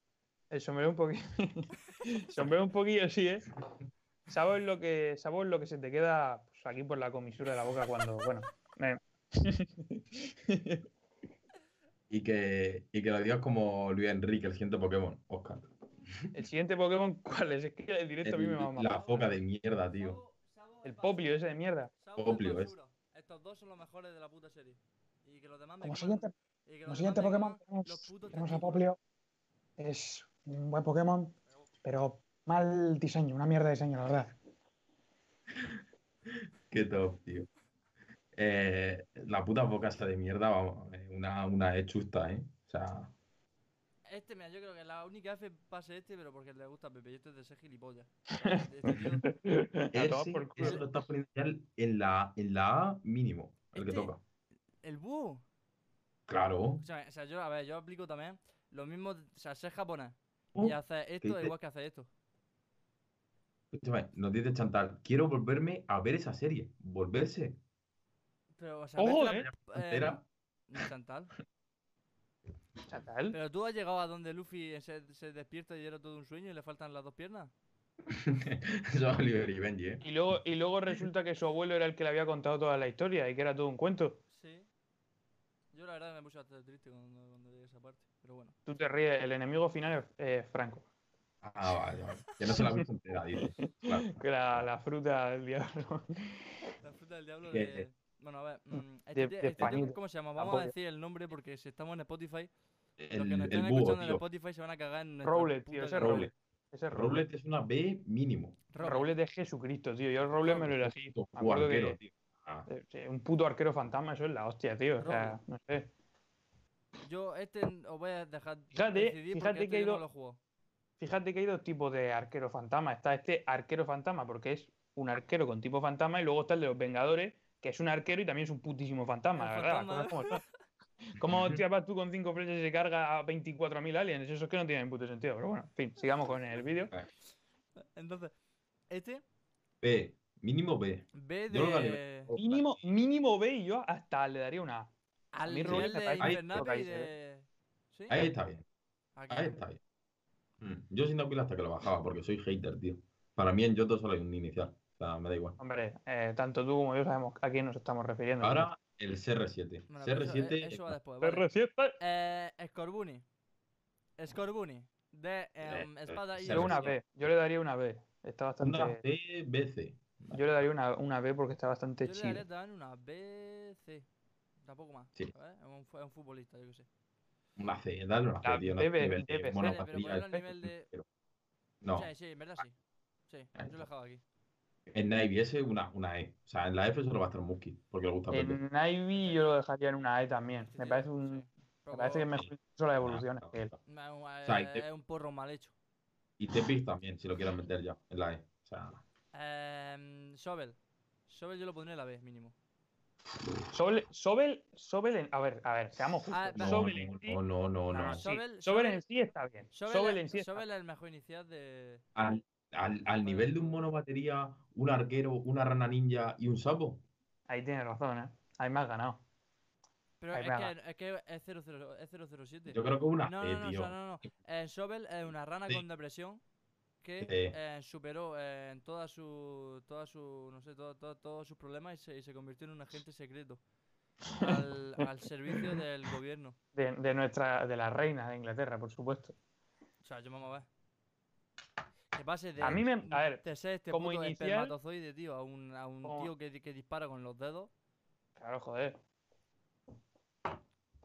Speaker 2: el sombrero un poquillo. el sombrero un poquillo, sí, ¿eh? ¿Sabes lo que, sabes lo que se te queda pues, aquí por la comisura de la boca cuando, bueno. eh.
Speaker 3: Y que, y que lo digas como Luis Enrique, el siguiente Pokémon, Oscar.
Speaker 2: el siguiente Pokémon, ¿cuál es? Es que el directo a mí me va a
Speaker 3: El- la
Speaker 2: mamar.
Speaker 3: foca de
Speaker 1: ¿no?
Speaker 3: mierda, tío.
Speaker 1: Sabo- Sabo
Speaker 2: El
Speaker 1: es
Speaker 2: Popio
Speaker 1: basura.
Speaker 2: ese de mierda.
Speaker 1: Sabo es
Speaker 3: Popio, es.
Speaker 1: basura. Estos dos son los mejores de la puta serie. Y que los demás me
Speaker 4: Como
Speaker 1: coman-
Speaker 4: siguiente,
Speaker 1: y que
Speaker 4: como
Speaker 1: los demás
Speaker 4: siguiente
Speaker 1: me coman
Speaker 4: Pokémon
Speaker 1: los
Speaker 4: tenemos,
Speaker 1: putos
Speaker 4: tenemos a
Speaker 1: testículos.
Speaker 4: Popplio. Es un buen Pokémon, pero mal diseño, una mierda de diseño, la verdad.
Speaker 3: Qué top, tío. Eh, la puta boca esa de mierda, vamos, eh, una, una es chusta, ¿eh? O sea,
Speaker 1: Este, mira, yo creo que la única F pase este, pero porque le gusta a Pepe. Y este es de ser gilipollas. Este tío-
Speaker 2: A tomar
Speaker 3: ese-
Speaker 2: por
Speaker 3: ese
Speaker 2: culo.
Speaker 3: lo está poniendo ya en la, en la A mínimo, el que
Speaker 1: Este-
Speaker 3: toca.
Speaker 1: el búho.
Speaker 3: Claro.
Speaker 1: O sea, o sea, yo, a ver, yo aplico también lo mismo, o sea, ser japonés y
Speaker 3: Uh,
Speaker 1: hacer esto
Speaker 3: dice-
Speaker 1: igual que hacer esto.
Speaker 3: escúchame, nos dice Chantal, quiero volverme a ver esa serie. Volverse.
Speaker 1: Eh, Pero, o sea,
Speaker 2: Ojo,
Speaker 1: mezcla,
Speaker 2: eh.
Speaker 3: Pantera.
Speaker 1: em, Chantal.
Speaker 2: Chatal.
Speaker 1: Pero tú has llegado a donde Luffy se, se despierta y era todo un sueño y le faltan las dos piernas.
Speaker 3: Eso es Oliver y Benji, ¿eh?
Speaker 2: Y luego, y luego resulta que su abuelo era el que le había contado toda la historia y que era todo un cuento.
Speaker 1: Sí. Yo la verdad me puse bastante triste cuando, cuando llegué a esa parte. Pero bueno.
Speaker 2: Tú te ríes, el enemigo final es eh, Franco.
Speaker 3: Ah, vale, vale. Que no se la ha visto entera, dice. Claro.
Speaker 2: Que era la fruta del diablo.
Speaker 1: La fruta del diablo
Speaker 3: Que-
Speaker 1: de. Bueno, a ver. mm, este
Speaker 2: de-
Speaker 1: tío-
Speaker 2: de
Speaker 1: este tío,
Speaker 2: panito.
Speaker 1: ¿Cómo se llama? Vamos a
Speaker 2: Tampoco.
Speaker 1: decir el nombre porque si estamos en Spotify, los que
Speaker 3: El,
Speaker 1: nos
Speaker 3: el
Speaker 1: están
Speaker 3: búho,
Speaker 1: escuchando en
Speaker 3: tío.
Speaker 1: Spotify se van a cagar en nuestra
Speaker 2: Robles, tío,
Speaker 1: puta
Speaker 2: ese es
Speaker 1: cara.
Speaker 2: Robles. Ese es Robles.
Speaker 3: Robles es una B mínimo.
Speaker 1: Robles.
Speaker 2: Robles de Jesucristo, tío. Yo el Robles me lo elegí. Me acuerdo que
Speaker 3: Guarguero, tío.
Speaker 2: Eh, sí, Un puto arquero fantasma, eso es la hostia, tío. O sea, no sé.
Speaker 1: Yo este n- os voy a dejar
Speaker 2: Fíjate,
Speaker 1: decidir porque
Speaker 2: fíjate
Speaker 1: este
Speaker 2: que he
Speaker 1: yo no
Speaker 2: ido-
Speaker 1: lo juego.
Speaker 2: Fíjate que hay dos tipos de arquero fantasma. Está este arquero fantasma, porque es un arquero con tipo fantasma, y luego está el de los Vengadores, que es un arquero y también es un putísimo fantasma,
Speaker 1: El
Speaker 2: la verdad.
Speaker 1: fantasma.
Speaker 2: las cosas como son. ¿Cómo hostia, vas tú con cinco flechas y se carga a 24.000 aliens? Eso es que no tiene ni puto sentido. Pero bueno, en fin, sigamos con el vídeo.
Speaker 1: Entonces, este
Speaker 3: B, mínimo B.
Speaker 1: B
Speaker 3: Yo lo daría.
Speaker 1: de
Speaker 2: Mínimo, mínimo B y yo hasta le daría una A.
Speaker 1: al
Speaker 2: mí
Speaker 1: nivel
Speaker 2: Rubén me
Speaker 1: de
Speaker 2: parece-
Speaker 3: ahí
Speaker 1: Infernape y
Speaker 2: tocáis,
Speaker 1: de ¿Sí?
Speaker 3: Ahí está bien,
Speaker 1: Aquí.
Speaker 3: ahí está bien. Mm, Yo sin Aquila hasta que lo bajaba, porque soy hater, tío. Para mí en Yoto solo hay un inicial. O sea, me da igual.
Speaker 2: Hombre, eh, tanto tú como yo sabemos a quién nos estamos refiriendo.
Speaker 3: Ahora el CR7.
Speaker 1: Bueno, pero eso-
Speaker 3: CR7
Speaker 1: eh, eso va
Speaker 3: está-
Speaker 1: después. vale.
Speaker 2: R7.
Speaker 1: Eh, Scorbunny. Scorbunny. De em,
Speaker 3: eh,
Speaker 1: espada y.
Speaker 3: se
Speaker 2: Yo una
Speaker 3: refiere.
Speaker 2: B. Yo le daría una B. Está bastante.
Speaker 3: una C, BC.
Speaker 2: Yo le daría una, una B porque está bastante
Speaker 1: Yo le
Speaker 2: chido.
Speaker 1: daría también una B, C. Tampoco más.
Speaker 3: Sí.
Speaker 1: ¿sabes? Es un, fu- es un futbolista, yo que sé.
Speaker 3: Una C, dale una
Speaker 2: La
Speaker 3: C, tío. No
Speaker 2: debe-
Speaker 3: nivel de
Speaker 2: debe ser,
Speaker 3: monopatía,
Speaker 1: eh, pero ponerlo a
Speaker 3: etcétera,
Speaker 1: nivel de-
Speaker 3: pero- No,
Speaker 1: Sí, sí, en verdad sí. Sí, yo
Speaker 3: Ahí
Speaker 1: lo he
Speaker 3: está.
Speaker 1: dejado aquí.
Speaker 3: en Navy S una, una E. O sea, en la F solo va a estar Muski, porque le gusta perder.
Speaker 2: En Ivy yo lo dejaría en una E también.
Speaker 1: Este
Speaker 2: Me
Speaker 1: tío,
Speaker 2: parece, un,
Speaker 1: sí.
Speaker 2: me
Speaker 1: Poco-
Speaker 2: parece que es mejor incluso la evolución.
Speaker 3: Ah,
Speaker 2: que él.
Speaker 1: No, es un-
Speaker 3: sea, y te-
Speaker 1: eh, es un porro mal hecho.
Speaker 3: Y Tepis también, si lo quieran meter ya, en la E. O sea,
Speaker 1: Em, Sobel. Sobel yo lo pondré en la B, mínimo.
Speaker 2: Sobel, Sobel, Sobel en- a ver, a ver, seamos
Speaker 1: Ah,
Speaker 2: justos.
Speaker 1: va-
Speaker 3: no,
Speaker 2: Sobel en sí,
Speaker 3: no, no, no, no.
Speaker 1: Vamos,
Speaker 2: sí,
Speaker 1: Sobel-
Speaker 2: Sobel
Speaker 1: Sobel-
Speaker 2: en sí está bien.
Speaker 1: Sobel,
Speaker 2: Sobel
Speaker 1: es-
Speaker 2: en sí está
Speaker 1: Sobel
Speaker 2: bien.
Speaker 1: es el mejor inicial de.
Speaker 3: Al, al, al nivel de un mono batería, un arquero, una rana ninja y un sapo.
Speaker 2: Ahí tienes razón, ¿eh? Ahí me has ganado.
Speaker 1: Pero
Speaker 2: Ahí
Speaker 1: es
Speaker 2: va.
Speaker 1: que, es que es 00, es 007.
Speaker 3: Yo creo que
Speaker 2: Ah,
Speaker 3: una
Speaker 1: No,
Speaker 3: E,
Speaker 1: no, no,
Speaker 3: tío.
Speaker 1: no, no, no. Eh, Sobel es una rana
Speaker 3: Sí.
Speaker 1: con depresión que
Speaker 3: Sí.
Speaker 1: eh, superó eh, en toda su, toda su, no sé, todo, todo- todos sus problemas y se, y se convirtió en un agente secreto al, al servicio del gobierno.
Speaker 2: De, de nuestra, de la reina de Inglaterra, por supuesto.
Speaker 1: O sea, yo me voy a ver. Que pase de,
Speaker 2: A mí me- a ver,
Speaker 1: de ser este
Speaker 2: como
Speaker 1: puto
Speaker 2: inicial-
Speaker 1: espermatozoide, tío, a un, a un
Speaker 2: como-
Speaker 1: tío que, di- que dispara con los dedos.
Speaker 2: Claro, joder.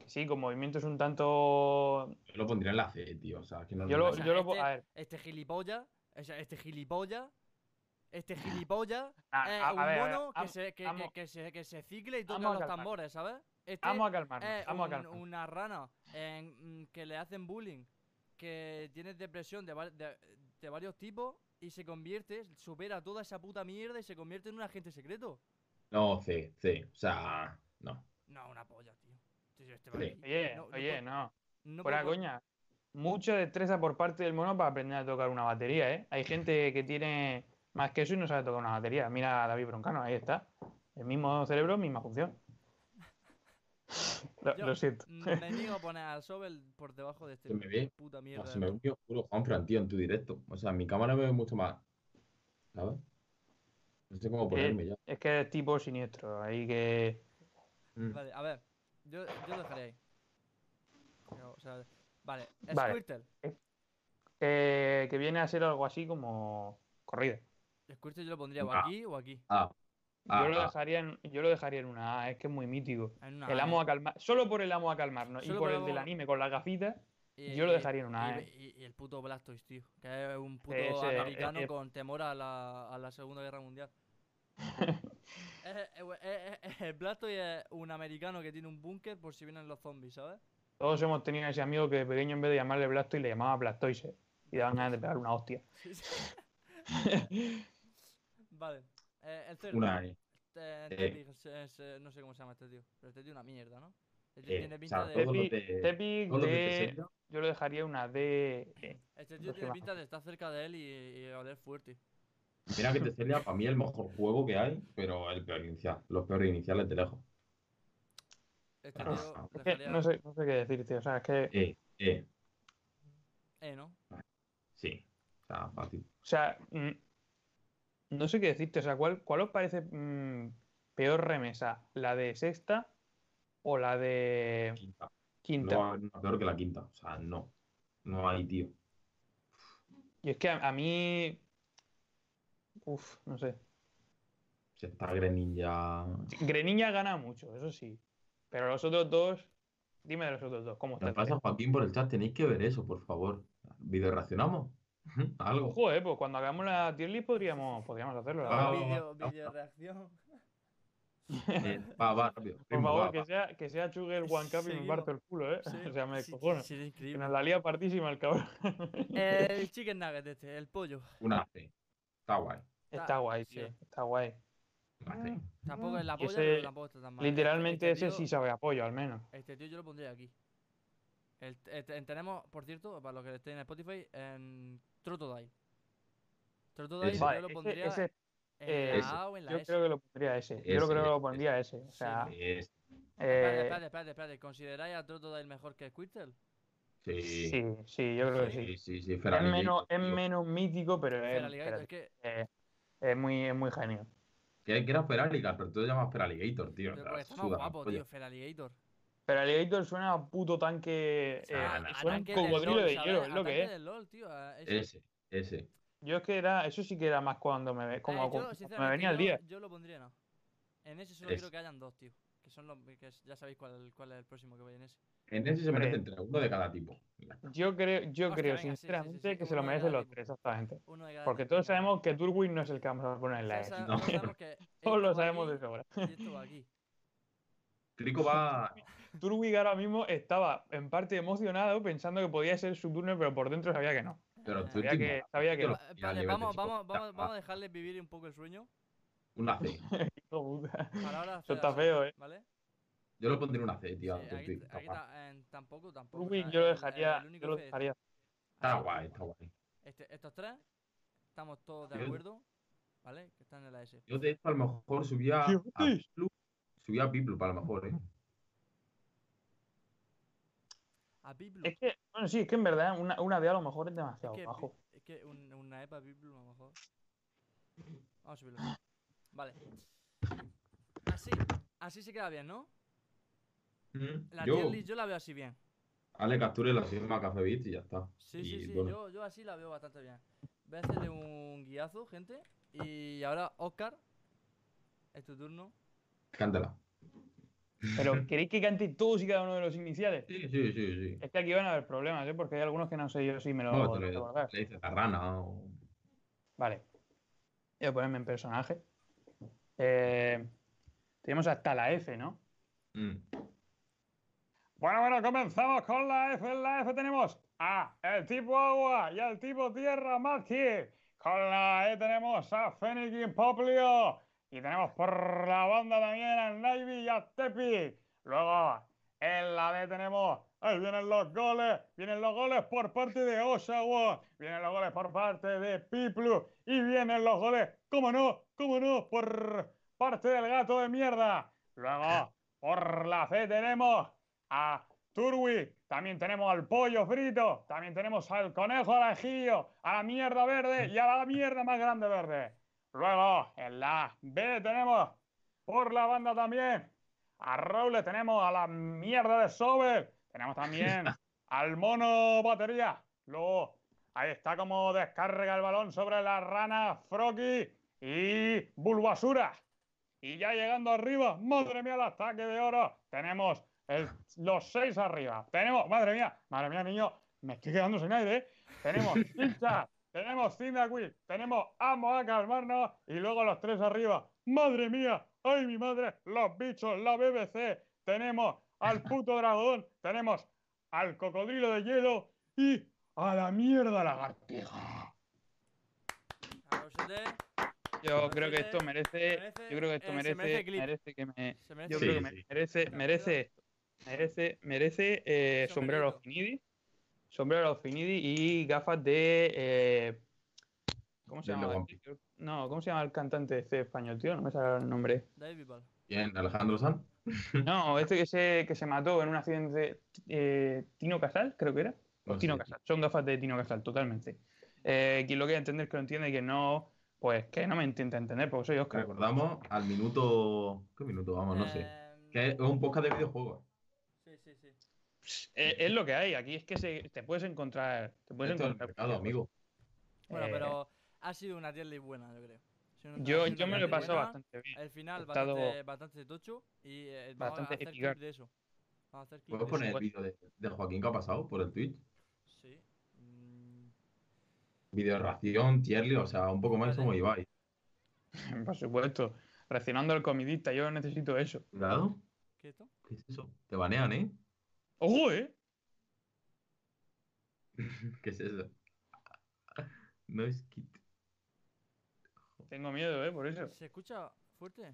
Speaker 2: Sí, con movimientos un tanto.
Speaker 3: Yo lo pondría en la C, tío. O sea, es que no
Speaker 2: Yo lo,
Speaker 1: O sea,
Speaker 2: yo lo
Speaker 1: este-
Speaker 2: a ver,
Speaker 1: Este gilipollas, o sea, este gilipollas, este gilipollas
Speaker 2: a-
Speaker 1: Eh,
Speaker 2: a- a
Speaker 1: un
Speaker 2: ver, a ver,
Speaker 1: mono que,
Speaker 2: am-
Speaker 1: se, que,
Speaker 2: vamos-
Speaker 1: que- que se, que se cicle y
Speaker 2: vamos
Speaker 1: toca
Speaker 2: a
Speaker 1: los
Speaker 2: calmar.
Speaker 1: tambores, ¿sabes? Este
Speaker 2: Vamos a calmarnos,
Speaker 1: es
Speaker 2: vamos a
Speaker 1: un-
Speaker 2: calmarnos.
Speaker 1: una rana en- mm, que le hacen bullying, que tiene depresión de, va- de- de varios tipos y se convierte, supera toda esa puta mierda y se convierte en un agente secreto.
Speaker 3: No, C, C. O sea, no.
Speaker 1: No, una polla, tío. Tío, este
Speaker 3: Sí.
Speaker 1: Madrid,
Speaker 2: Oye,
Speaker 1: no- no
Speaker 2: oye,
Speaker 1: puedo-
Speaker 2: no.
Speaker 1: no
Speaker 2: Fuera
Speaker 1: puedo-
Speaker 2: coña. Mucha destreza por parte del mono para aprender a tocar una batería, ¿eh? Hay gente que tiene más que eso y no sabe tocar una batería. Mira a David Broncano, ahí está. El mismo cerebro, misma función. Lo,
Speaker 1: Yo-
Speaker 2: lo siento.
Speaker 1: Mm, Me niego a poner al Sobel por debajo de este
Speaker 3: Se me ve.
Speaker 1: puta mierda.
Speaker 3: No,
Speaker 1: de
Speaker 3: se me ve
Speaker 1: mono.
Speaker 3: muy oscuro, Juanfran, tío, en tu directo. O sea, mi cámara me ve mucho más. ¿Sabes? No sé
Speaker 2: Eh,
Speaker 3: cómo ponerme ya.
Speaker 2: Es que es tipo siniestro. Ahí que.
Speaker 3: Mm.
Speaker 1: Vale, a ver. Yo, yo lo dejaré ahí. Pero, o sea, vale.
Speaker 2: Vale.
Speaker 1: Squirtle.
Speaker 2: eh, que viene a ser algo así como. Corrida.
Speaker 1: Squirtle yo lo pondría o
Speaker 3: Ah.
Speaker 1: aquí o aquí.
Speaker 3: Ah, ah,
Speaker 2: yo, lo
Speaker 3: ah.
Speaker 2: dejaría en, yo lo dejaría en una A, es que es muy mítico.
Speaker 1: En una
Speaker 2: El
Speaker 1: A, ¿eh?
Speaker 2: amo a calmar. Solo por el amo a calmarnos.
Speaker 1: Solo
Speaker 2: y por
Speaker 1: por
Speaker 2: el
Speaker 1: el
Speaker 2: del
Speaker 1: amo-
Speaker 2: anime con las gafitas.
Speaker 1: y-
Speaker 2: yo lo
Speaker 1: y-
Speaker 2: dejaría en una A,
Speaker 1: Y,
Speaker 2: ¿eh?
Speaker 1: y- y el puto Blastoise, tío. Que es un puto
Speaker 2: ese, eh,
Speaker 1: americano
Speaker 2: eh.
Speaker 1: con temor a la, a la Segunda Guerra Mundial. Eh, eh, eh, eh, el Blastoise es un americano que tiene un búnker por si vienen los zombies, ¿sabes?
Speaker 2: Todos hemos tenido ese amigo que de pequeño en vez de llamarle Blastoise le llamaba Blastoise. Y daban ganas de pegar una hostia.
Speaker 1: Sí, sí. vale. Eh, el cerdo.
Speaker 3: Una E.
Speaker 1: Eh,
Speaker 3: Eh.
Speaker 1: Tepi, se- se- no sé cómo se llama este tío. Pero este tío es una mierda, ¿no? Este
Speaker 3: Eh,
Speaker 1: tiene
Speaker 3: o
Speaker 1: pinta
Speaker 3: sea,
Speaker 1: de.
Speaker 3: todo lo
Speaker 2: Tepi,
Speaker 3: de-
Speaker 2: Tepi,
Speaker 3: Todos los de
Speaker 2: D,
Speaker 3: 60.
Speaker 2: yo lo dejaría una D. eh,
Speaker 1: Este tío
Speaker 2: Entonces,
Speaker 1: tiene
Speaker 2: baja.
Speaker 1: pinta de estar cerca de él y, y oler fuerte.
Speaker 3: Mira que Teselia para mí el mejor juego que hay, pero el peor inicial, los peores iniciales de lejos.
Speaker 1: Este
Speaker 3: Claro.
Speaker 1: tío lo
Speaker 2: es que
Speaker 1: dejaría-
Speaker 2: no, sé, no sé qué decirte. O sea, es que.
Speaker 3: Eh, eh,
Speaker 1: Eh, ¿no?
Speaker 3: sí. O sea, fácil.
Speaker 2: O sea, mm, no sé qué decirte. O sea, ¿cuál, cuál os parece mm, peor remesa? ¿La de sexta o la de
Speaker 3: Quinta.
Speaker 2: quinta?
Speaker 3: No va a haber una peor que la quinta. O sea, no. No hay, tío.
Speaker 2: Y es que a, a mí. Uf, no sé.
Speaker 3: Se está Greninja.
Speaker 2: Greniña gana mucho, eso sí. Pero los otros dos. Dime de los otros dos, ¿cómo
Speaker 3: Nos
Speaker 2: están?
Speaker 3: pasa Joaquín por el chat, tenéis que ver eso, por favor. ¿Video reaccionamos? Algo.
Speaker 2: Eh, Joder, pues cuando hagamos la tier list podríamos, podríamos hacerlo. la
Speaker 3: Ah,
Speaker 2: verdad.
Speaker 1: video,
Speaker 3: vamos.
Speaker 1: video reacción.
Speaker 3: Eh, va, va, rápido.
Speaker 2: Por
Speaker 3: ritmo,
Speaker 2: favor,
Speaker 3: va,
Speaker 2: que
Speaker 3: va.
Speaker 2: sea, que sea Chugue el One Cup y me
Speaker 1: Seguimos.
Speaker 2: parto el culo, ¿eh?
Speaker 1: Sí,
Speaker 2: o sea, me
Speaker 1: sí,
Speaker 2: descojono.
Speaker 1: sí, sería
Speaker 2: Que
Speaker 1: increíble.
Speaker 2: nos la lía partísima el cabrón.
Speaker 1: El chicken nugget este, el pollo.
Speaker 3: Una C. Está guay.
Speaker 2: Está guay,
Speaker 1: sí.
Speaker 2: tío. Está guay.
Speaker 3: Una C.
Speaker 1: Tampoco es la
Speaker 2: Que
Speaker 1: polla, pero
Speaker 2: Mm. ese-
Speaker 1: tampoco está tan mal. Este-
Speaker 2: Literalmente
Speaker 1: este
Speaker 2: ese
Speaker 1: tío-
Speaker 2: sí sabe apoyo, al menos.
Speaker 1: Este tío yo lo pondría aquí. El- este- tenemos, por cierto, para los que estén en Spotify, en Trotodile. Trotodile
Speaker 3: Ese.
Speaker 1: yo
Speaker 2: Vale,
Speaker 1: lo
Speaker 2: ese-
Speaker 1: pondría
Speaker 2: ese-
Speaker 1: en
Speaker 3: ese.
Speaker 1: la A o en la
Speaker 2: yo
Speaker 1: S.
Speaker 2: creo que lo pondría ese. Yo
Speaker 3: Ese,
Speaker 2: creo que lo
Speaker 3: ese.
Speaker 2: pondría ese. O sea,
Speaker 1: Sí.
Speaker 3: Es-
Speaker 1: Espérate,
Speaker 2: eh,
Speaker 1: espérate, espérate, espérate. ¿Consideráis a Trotodile mejor que Squirtle?
Speaker 3: Sí.
Speaker 2: sí, sí, yo creo que sí.
Speaker 3: Sí, sí, sí,
Speaker 2: Es
Speaker 3: Feraligatr,
Speaker 2: menos, es
Speaker 3: tío.
Speaker 2: menos mítico, pero es,
Speaker 1: Feraligatr,
Speaker 2: espérate,
Speaker 1: es que
Speaker 2: eh, es muy, es muy genio.
Speaker 3: Que que era Feraligatr, pero tú lo llamas Feraligator, tío.
Speaker 1: pero
Speaker 3: La
Speaker 1: porque está más
Speaker 3: suda,
Speaker 1: guapo,
Speaker 3: coño.
Speaker 1: tío, Feraligator.
Speaker 2: Pero Alligator suena a puto tanque.
Speaker 1: Ah,
Speaker 3: Sí,
Speaker 2: eh,
Speaker 3: a-
Speaker 2: suena
Speaker 3: ataque
Speaker 2: a un cocodrilo de hielo, es lo que es.
Speaker 1: LOL, tío. a- ese.
Speaker 3: Ese, ese.
Speaker 2: Yo es que era, eso sí que era más cuando me, ve- como,
Speaker 1: Eh, yo,
Speaker 2: como me
Speaker 1: sinceramente,
Speaker 2: venía el
Speaker 1: yo-
Speaker 2: día.
Speaker 1: Yo lo pondría no. En ese solo quiero
Speaker 3: Ese.
Speaker 1: que hayan dos, tío. Que son los que es- ya sabéis cuál, cuál es el próximo que voy en ese.
Speaker 3: En ese se
Speaker 2: Hombre.
Speaker 3: merecen tres, uno de cada tipo.
Speaker 2: Yo creo, yo
Speaker 1: Hostia,
Speaker 2: creo
Speaker 1: venga, sí, sí, sí,
Speaker 2: sinceramente
Speaker 1: sí,
Speaker 2: que
Speaker 1: como
Speaker 2: se lo
Speaker 1: de
Speaker 2: merecen
Speaker 1: cada
Speaker 2: los
Speaker 1: tipo.
Speaker 2: tres, exactamente.
Speaker 1: Uno de cada
Speaker 2: Porque
Speaker 1: tipo,
Speaker 2: todos
Speaker 1: venga.
Speaker 2: sabemos que Turwin no es el que vamos a poner en
Speaker 1: Ya
Speaker 2: la E.
Speaker 1: sabe-
Speaker 3: no.
Speaker 1: todos sabemos que
Speaker 2: Todos
Speaker 1: esto
Speaker 2: lo
Speaker 1: va
Speaker 2: sabemos de
Speaker 1: aquí
Speaker 2: sobra.
Speaker 1: y esto va aquí.
Speaker 3: Trico va.
Speaker 2: Turwig ahora mismo estaba en parte emocionado pensando que podía ser su turno, pero por dentro sabía que no.
Speaker 3: Pero
Speaker 1: Eh,
Speaker 3: tú
Speaker 2: Sabía
Speaker 3: tío,
Speaker 2: que- sabía que
Speaker 1: va-
Speaker 2: no.
Speaker 1: vale,
Speaker 3: mira, nivel de
Speaker 1: vamos,
Speaker 3: chico,
Speaker 1: vamos,
Speaker 3: puta
Speaker 1: vamos,
Speaker 3: madre.
Speaker 1: vamos a dejarles vivir un poco el sueño.
Speaker 3: Una C.
Speaker 2: Hijo puta.
Speaker 1: Palabras
Speaker 2: Eso está
Speaker 1: feas,
Speaker 2: feo, eh.
Speaker 1: ¿Vale?
Speaker 3: Yo lo pondré una C,
Speaker 1: Sí,
Speaker 3: tío. tú,
Speaker 1: aquí,
Speaker 3: tío, está
Speaker 1: aquí
Speaker 3: guay.
Speaker 1: ta- en- tampoco, tampoco.
Speaker 2: Turwig
Speaker 1: está-
Speaker 2: yo lo
Speaker 1: eh, el- el-
Speaker 2: dejaría,
Speaker 1: el único
Speaker 2: yo lo
Speaker 1: feo es
Speaker 2: dejaría.
Speaker 1: este.
Speaker 3: Está
Speaker 1: Así,
Speaker 3: guay, está guay.
Speaker 1: este- estos tres, estamos todos de
Speaker 3: Yo-
Speaker 1: acuerdo, ¿vale? Que están en la S.
Speaker 3: Yo de hecho a lo mejor subía
Speaker 2: ¿Qué
Speaker 3: a
Speaker 2: dices?
Speaker 3: Piplup. Subía a Piplup a lo mejor, ¿eh?
Speaker 1: A Biblu.
Speaker 3: Este
Speaker 2: Es que, bueno, sí, es que en verdad una, una de a lo mejor es demasiado
Speaker 1: que,
Speaker 2: bajo.
Speaker 1: Bi- es que un- una EPA Biblu a lo mejor. Vamos a subirlo. Vale. Así, así se queda bien, ¿no? La tier
Speaker 3: Yo,
Speaker 1: list yo la veo así bien.
Speaker 3: Ale Casture la firma Café Beat y ya está.
Speaker 1: Sí, sí,
Speaker 3: Y,
Speaker 1: sí,
Speaker 3: bueno,
Speaker 1: yo, yo así la veo bastante bien. Voy a hacerle un guiazo, gente. Y ahora, Oscar, es tu turno.
Speaker 3: Cántala.
Speaker 2: Pero ¿queréis que cante todos y cada uno de los iniciales?
Speaker 3: Sí, sí, sí, sí.
Speaker 2: Es que aquí van a haber problemas, ¿eh? Porque hay algunos que no sé yo si me lo
Speaker 3: No,
Speaker 2: lo
Speaker 3: te
Speaker 2: puedo
Speaker 3: lo
Speaker 2: guardar.
Speaker 3: le dices la rana o.
Speaker 2: Vale. Voy a ponerme en personaje. Eh, tenemos hasta la F, ¿no?
Speaker 3: Mm.
Speaker 2: Bueno, bueno, comenzamos con la F. En la F tenemos a el tipo agua y al tipo tierra, Matki. Con la E tenemos a Fennekin Poplio. Y tenemos por la banda también a Navy y a Tepi. Luego, en la D tenemos. Ahí vienen los goles. Vienen los goles por parte de Oshawa. Vienen los goles por parte de Piplu. Y vienen los goles, cómo no, cómo no, por parte del gato de mierda. Luego, por la C tenemos a Turwi, también tenemos al pollo frito, también tenemos al conejo al ajillo, a la mierda verde y a la mierda más grande verde. Luego, en la B tenemos por la banda también a Raúl, le tenemos a la mierda de Sober, tenemos también al mono batería. Luego, ahí está como descarga el balón sobre la rana Froki y Bulbasura. Y ya llegando arriba, madre mía, el ataque de oro. Tenemos el- los seis arriba. Tenemos, madre mía, madre mía, niño, me estoy quedando sin aire. ¿eh? Tenemos Incha, tenemos Cindaqui, tenemos Amo a calmarnos y luego los tres arriba. Madre mía, ay mi madre, los bichos, la BBC. Tenemos al puto dragón, tenemos al cocodrilo de hielo y a la mierda lagartija.
Speaker 1: Aplausete.
Speaker 2: Yo
Speaker 1: creo que esto
Speaker 2: merece,
Speaker 1: merece- Eh, yo creo que esto eh, se merece- merece clip.
Speaker 2: que me,
Speaker 1: Se merece
Speaker 2: Yo
Speaker 3: Sí,
Speaker 2: creo que
Speaker 1: un-
Speaker 2: me- merece,
Speaker 1: Claro,
Speaker 2: merece esto. Merece, merece eh, sombrero a los
Speaker 1: Sombrerito.
Speaker 2: Finidi. Sombrero a los Finidi y gafas de. eh, ¿Cómo se
Speaker 3: Del
Speaker 2: llama?
Speaker 3: de One
Speaker 2: No, ¿cómo se llama el cantante este español, tío? No me sale ahora el nombre.
Speaker 1: David Ball.
Speaker 3: Bien, Alejandro San.
Speaker 2: No, este que se, que se mató en un accidente. eh, Tino Casal, creo que era.
Speaker 3: No
Speaker 2: Tino
Speaker 3: sé.
Speaker 2: Casal. Son gafas de Tino Casal, totalmente. Eh, quien lo quiera entender, que lo entiende, y quien no, pues que no me intenta entender, porque soy Oscar.
Speaker 3: Recordamos al minuto. ¿Qué minuto vamos? No sé.
Speaker 1: Em,
Speaker 3: Que es un podcast de videojuegos.
Speaker 1: Sí, sí, sí.
Speaker 2: Eh, es lo que hay. Aquí es que se- te puedes encontrar. Te puedes
Speaker 3: Esto es el
Speaker 2: encontrar.
Speaker 3: mercado, amigo.
Speaker 1: Bueno,
Speaker 2: Eh,
Speaker 1: pero ha sido una tier list buena, yo creo. Ha sido una- ha
Speaker 2: Yo,
Speaker 1: sido una
Speaker 2: yo me lo he
Speaker 1: tier list
Speaker 2: pasado
Speaker 1: buena.
Speaker 2: bastante bien.
Speaker 1: El final,
Speaker 2: He estado-
Speaker 1: bastante, bastante tocho. Y eh, vamos
Speaker 2: Bastante
Speaker 1: a hacer clip
Speaker 2: eficaz.
Speaker 1: de eso. Vamos a hacer clip
Speaker 3: ¿Puedes
Speaker 1: de
Speaker 3: poner
Speaker 1: eso.
Speaker 3: el vídeo de, de Joaquín que ha pasado por el Twitch?
Speaker 1: Sí. Mm,
Speaker 3: Video de ración, tier list, o sea, un poco más
Speaker 1: Vale.
Speaker 3: como Ibai.
Speaker 2: Por supuesto. Reaccionando al comidista, yo necesito eso.
Speaker 3: Cuidado.
Speaker 1: ¿Qué es esto?
Speaker 3: ¿Qué es eso? Te banean, ¿eh?
Speaker 2: ¡Ojo, eh!
Speaker 3: ¿Qué es eso? No es kit.
Speaker 2: Tengo miedo, eh, por eso.
Speaker 1: ¿Se escucha fuerte?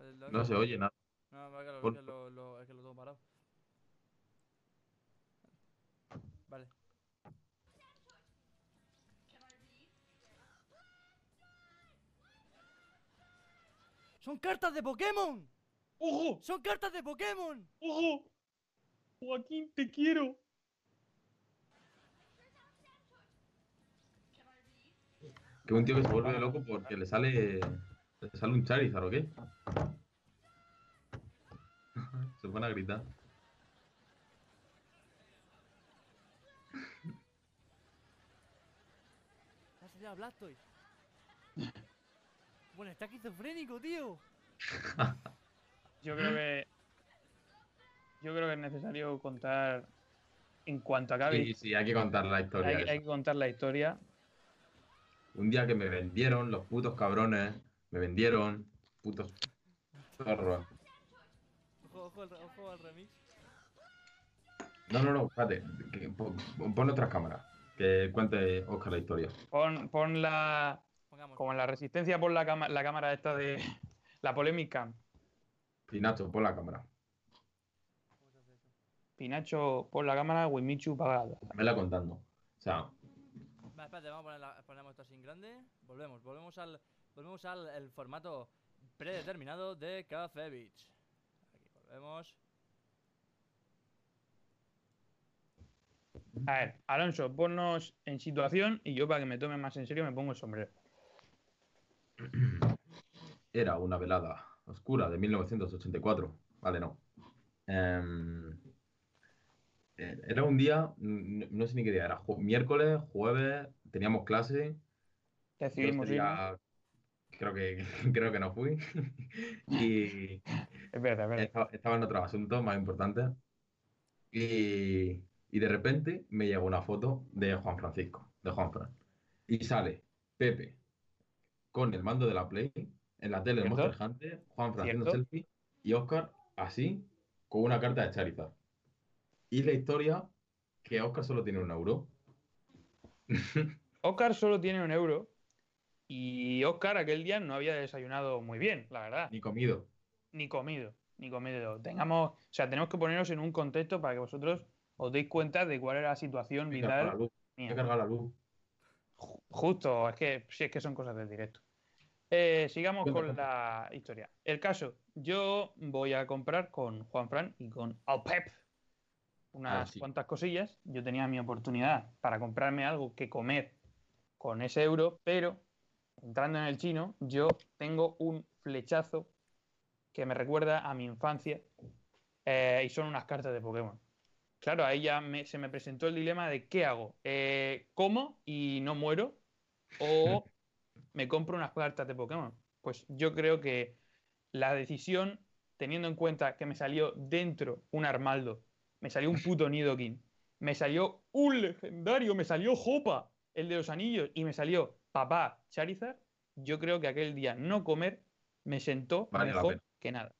Speaker 1: El
Speaker 3: No
Speaker 1: audio.
Speaker 3: se oye nada.
Speaker 1: No, vale, claro,
Speaker 3: Por-
Speaker 1: es que lo, lo- es que lo tengo parado. Vale. ¡Son cartas de Pokémon!
Speaker 2: ¡Ojo!
Speaker 1: ¡Son cartas de Pokémon!
Speaker 2: ¡Ojo! Joaquín, te quiero.
Speaker 3: Que un tío que se vuelve loco porque le sale. Le sale un Charizard, ¿o qué? se pone a gritar.
Speaker 1: Me ha salido a Blastoise. bueno, está esquizofrénico, tío.
Speaker 2: Yo creo que. Yo creo que es necesario contar. En cuanto acabe,
Speaker 3: Sí, sí, hay que contar la historia.
Speaker 2: hay,
Speaker 3: esa.
Speaker 2: hay que contar la historia.
Speaker 3: Un día que me vendieron, los putos cabrones. Me vendieron. Putos zorros.
Speaker 1: Ojo, ojo, al- ojo al remix.
Speaker 3: No, no, no, espérate. que pon, pon otras cámaras. Que cuente Oscar la historia.
Speaker 2: Pon, pon la.
Speaker 1: Pongamos.
Speaker 2: Como en la resistencia, pon la, cama- la cámara esta de. La polémica.
Speaker 3: Y Nacho, pon la cámara.
Speaker 1: ¿Cómo se hace eso?
Speaker 2: Pinacho, pon la cámara, Wimichu pagada.
Speaker 3: Dámela contando. O sea,
Speaker 1: Vale, espérate, vamos a poner la- ponemos esto así en grande. Volvemos, volvemos al, volvemos al el formato predeterminado de Café Beach. Aquí volvemos.
Speaker 2: A ver, Alonso, ponnos en situación y yo para que me tome más en serio me pongo el sombrero.
Speaker 3: Era una velada oscura de 1984. Vale, no. Em, eh, era un día, mm, no, no sé ni qué día, era ju- miércoles, jueves, teníamos clase. Yo ese
Speaker 2: Decidimos ir.
Speaker 3: día creo que creo que no fui. y
Speaker 2: Espera, espera.
Speaker 3: esta- estaba en otros asuntos más importantes. Y, y de repente me llegó una foto de Juan Francisco, de Juan Fran. Y sale Pepe con el mando de la Play, en la tele de
Speaker 2: ¿Cierto?
Speaker 3: Monster Hunter, Juan Fran haciendo
Speaker 2: ¿Cierto?
Speaker 3: selfie, y Oscar así, con una carta de Charizard. Y la historia que Oscar solo tiene un euro.
Speaker 2: Oscar solo tiene un euro y Oscar aquel día no había desayunado muy bien, la verdad.
Speaker 3: Ni comido.
Speaker 2: Ni comido, ni comido. Tengamos, o sea, tenemos que poneros en un contexto para que vosotros os deis cuenta de cuál era la situación
Speaker 3: Me he cargado la
Speaker 2: vital
Speaker 3: luz. Me he
Speaker 2: mía.
Speaker 3: cargado la luz.
Speaker 2: Ju- Justo, es que si es que son cosas del directo. Eh, sigamos
Speaker 3: Cuenta,
Speaker 2: con la historia. El caso, yo voy a comprar con Juanfran y con Alpep unas
Speaker 3: Ah, sí.
Speaker 2: cuantas cosillas. Yo tenía mi oportunidad para comprarme algo que comer con ese euro, pero entrando en el chino, yo tengo un flechazo que me recuerda a mi infancia eh, y son unas cartas de Pokémon. Claro, ahí ya me- se me presentó el dilema de qué hago. Eh, ¿Como y no muero? ¿O me compro unas cartas de Pokémon? Pues yo creo que la decisión, teniendo en cuenta que me salió dentro un Armaldo, me salió un puto Nidoking, me salió un legendario, me salió Jopa, el de los anillos, y me salió papá Charizard, yo creo que aquel día no comer me sentó
Speaker 3: Vale la
Speaker 2: mejor
Speaker 3: pena.
Speaker 2: que nada.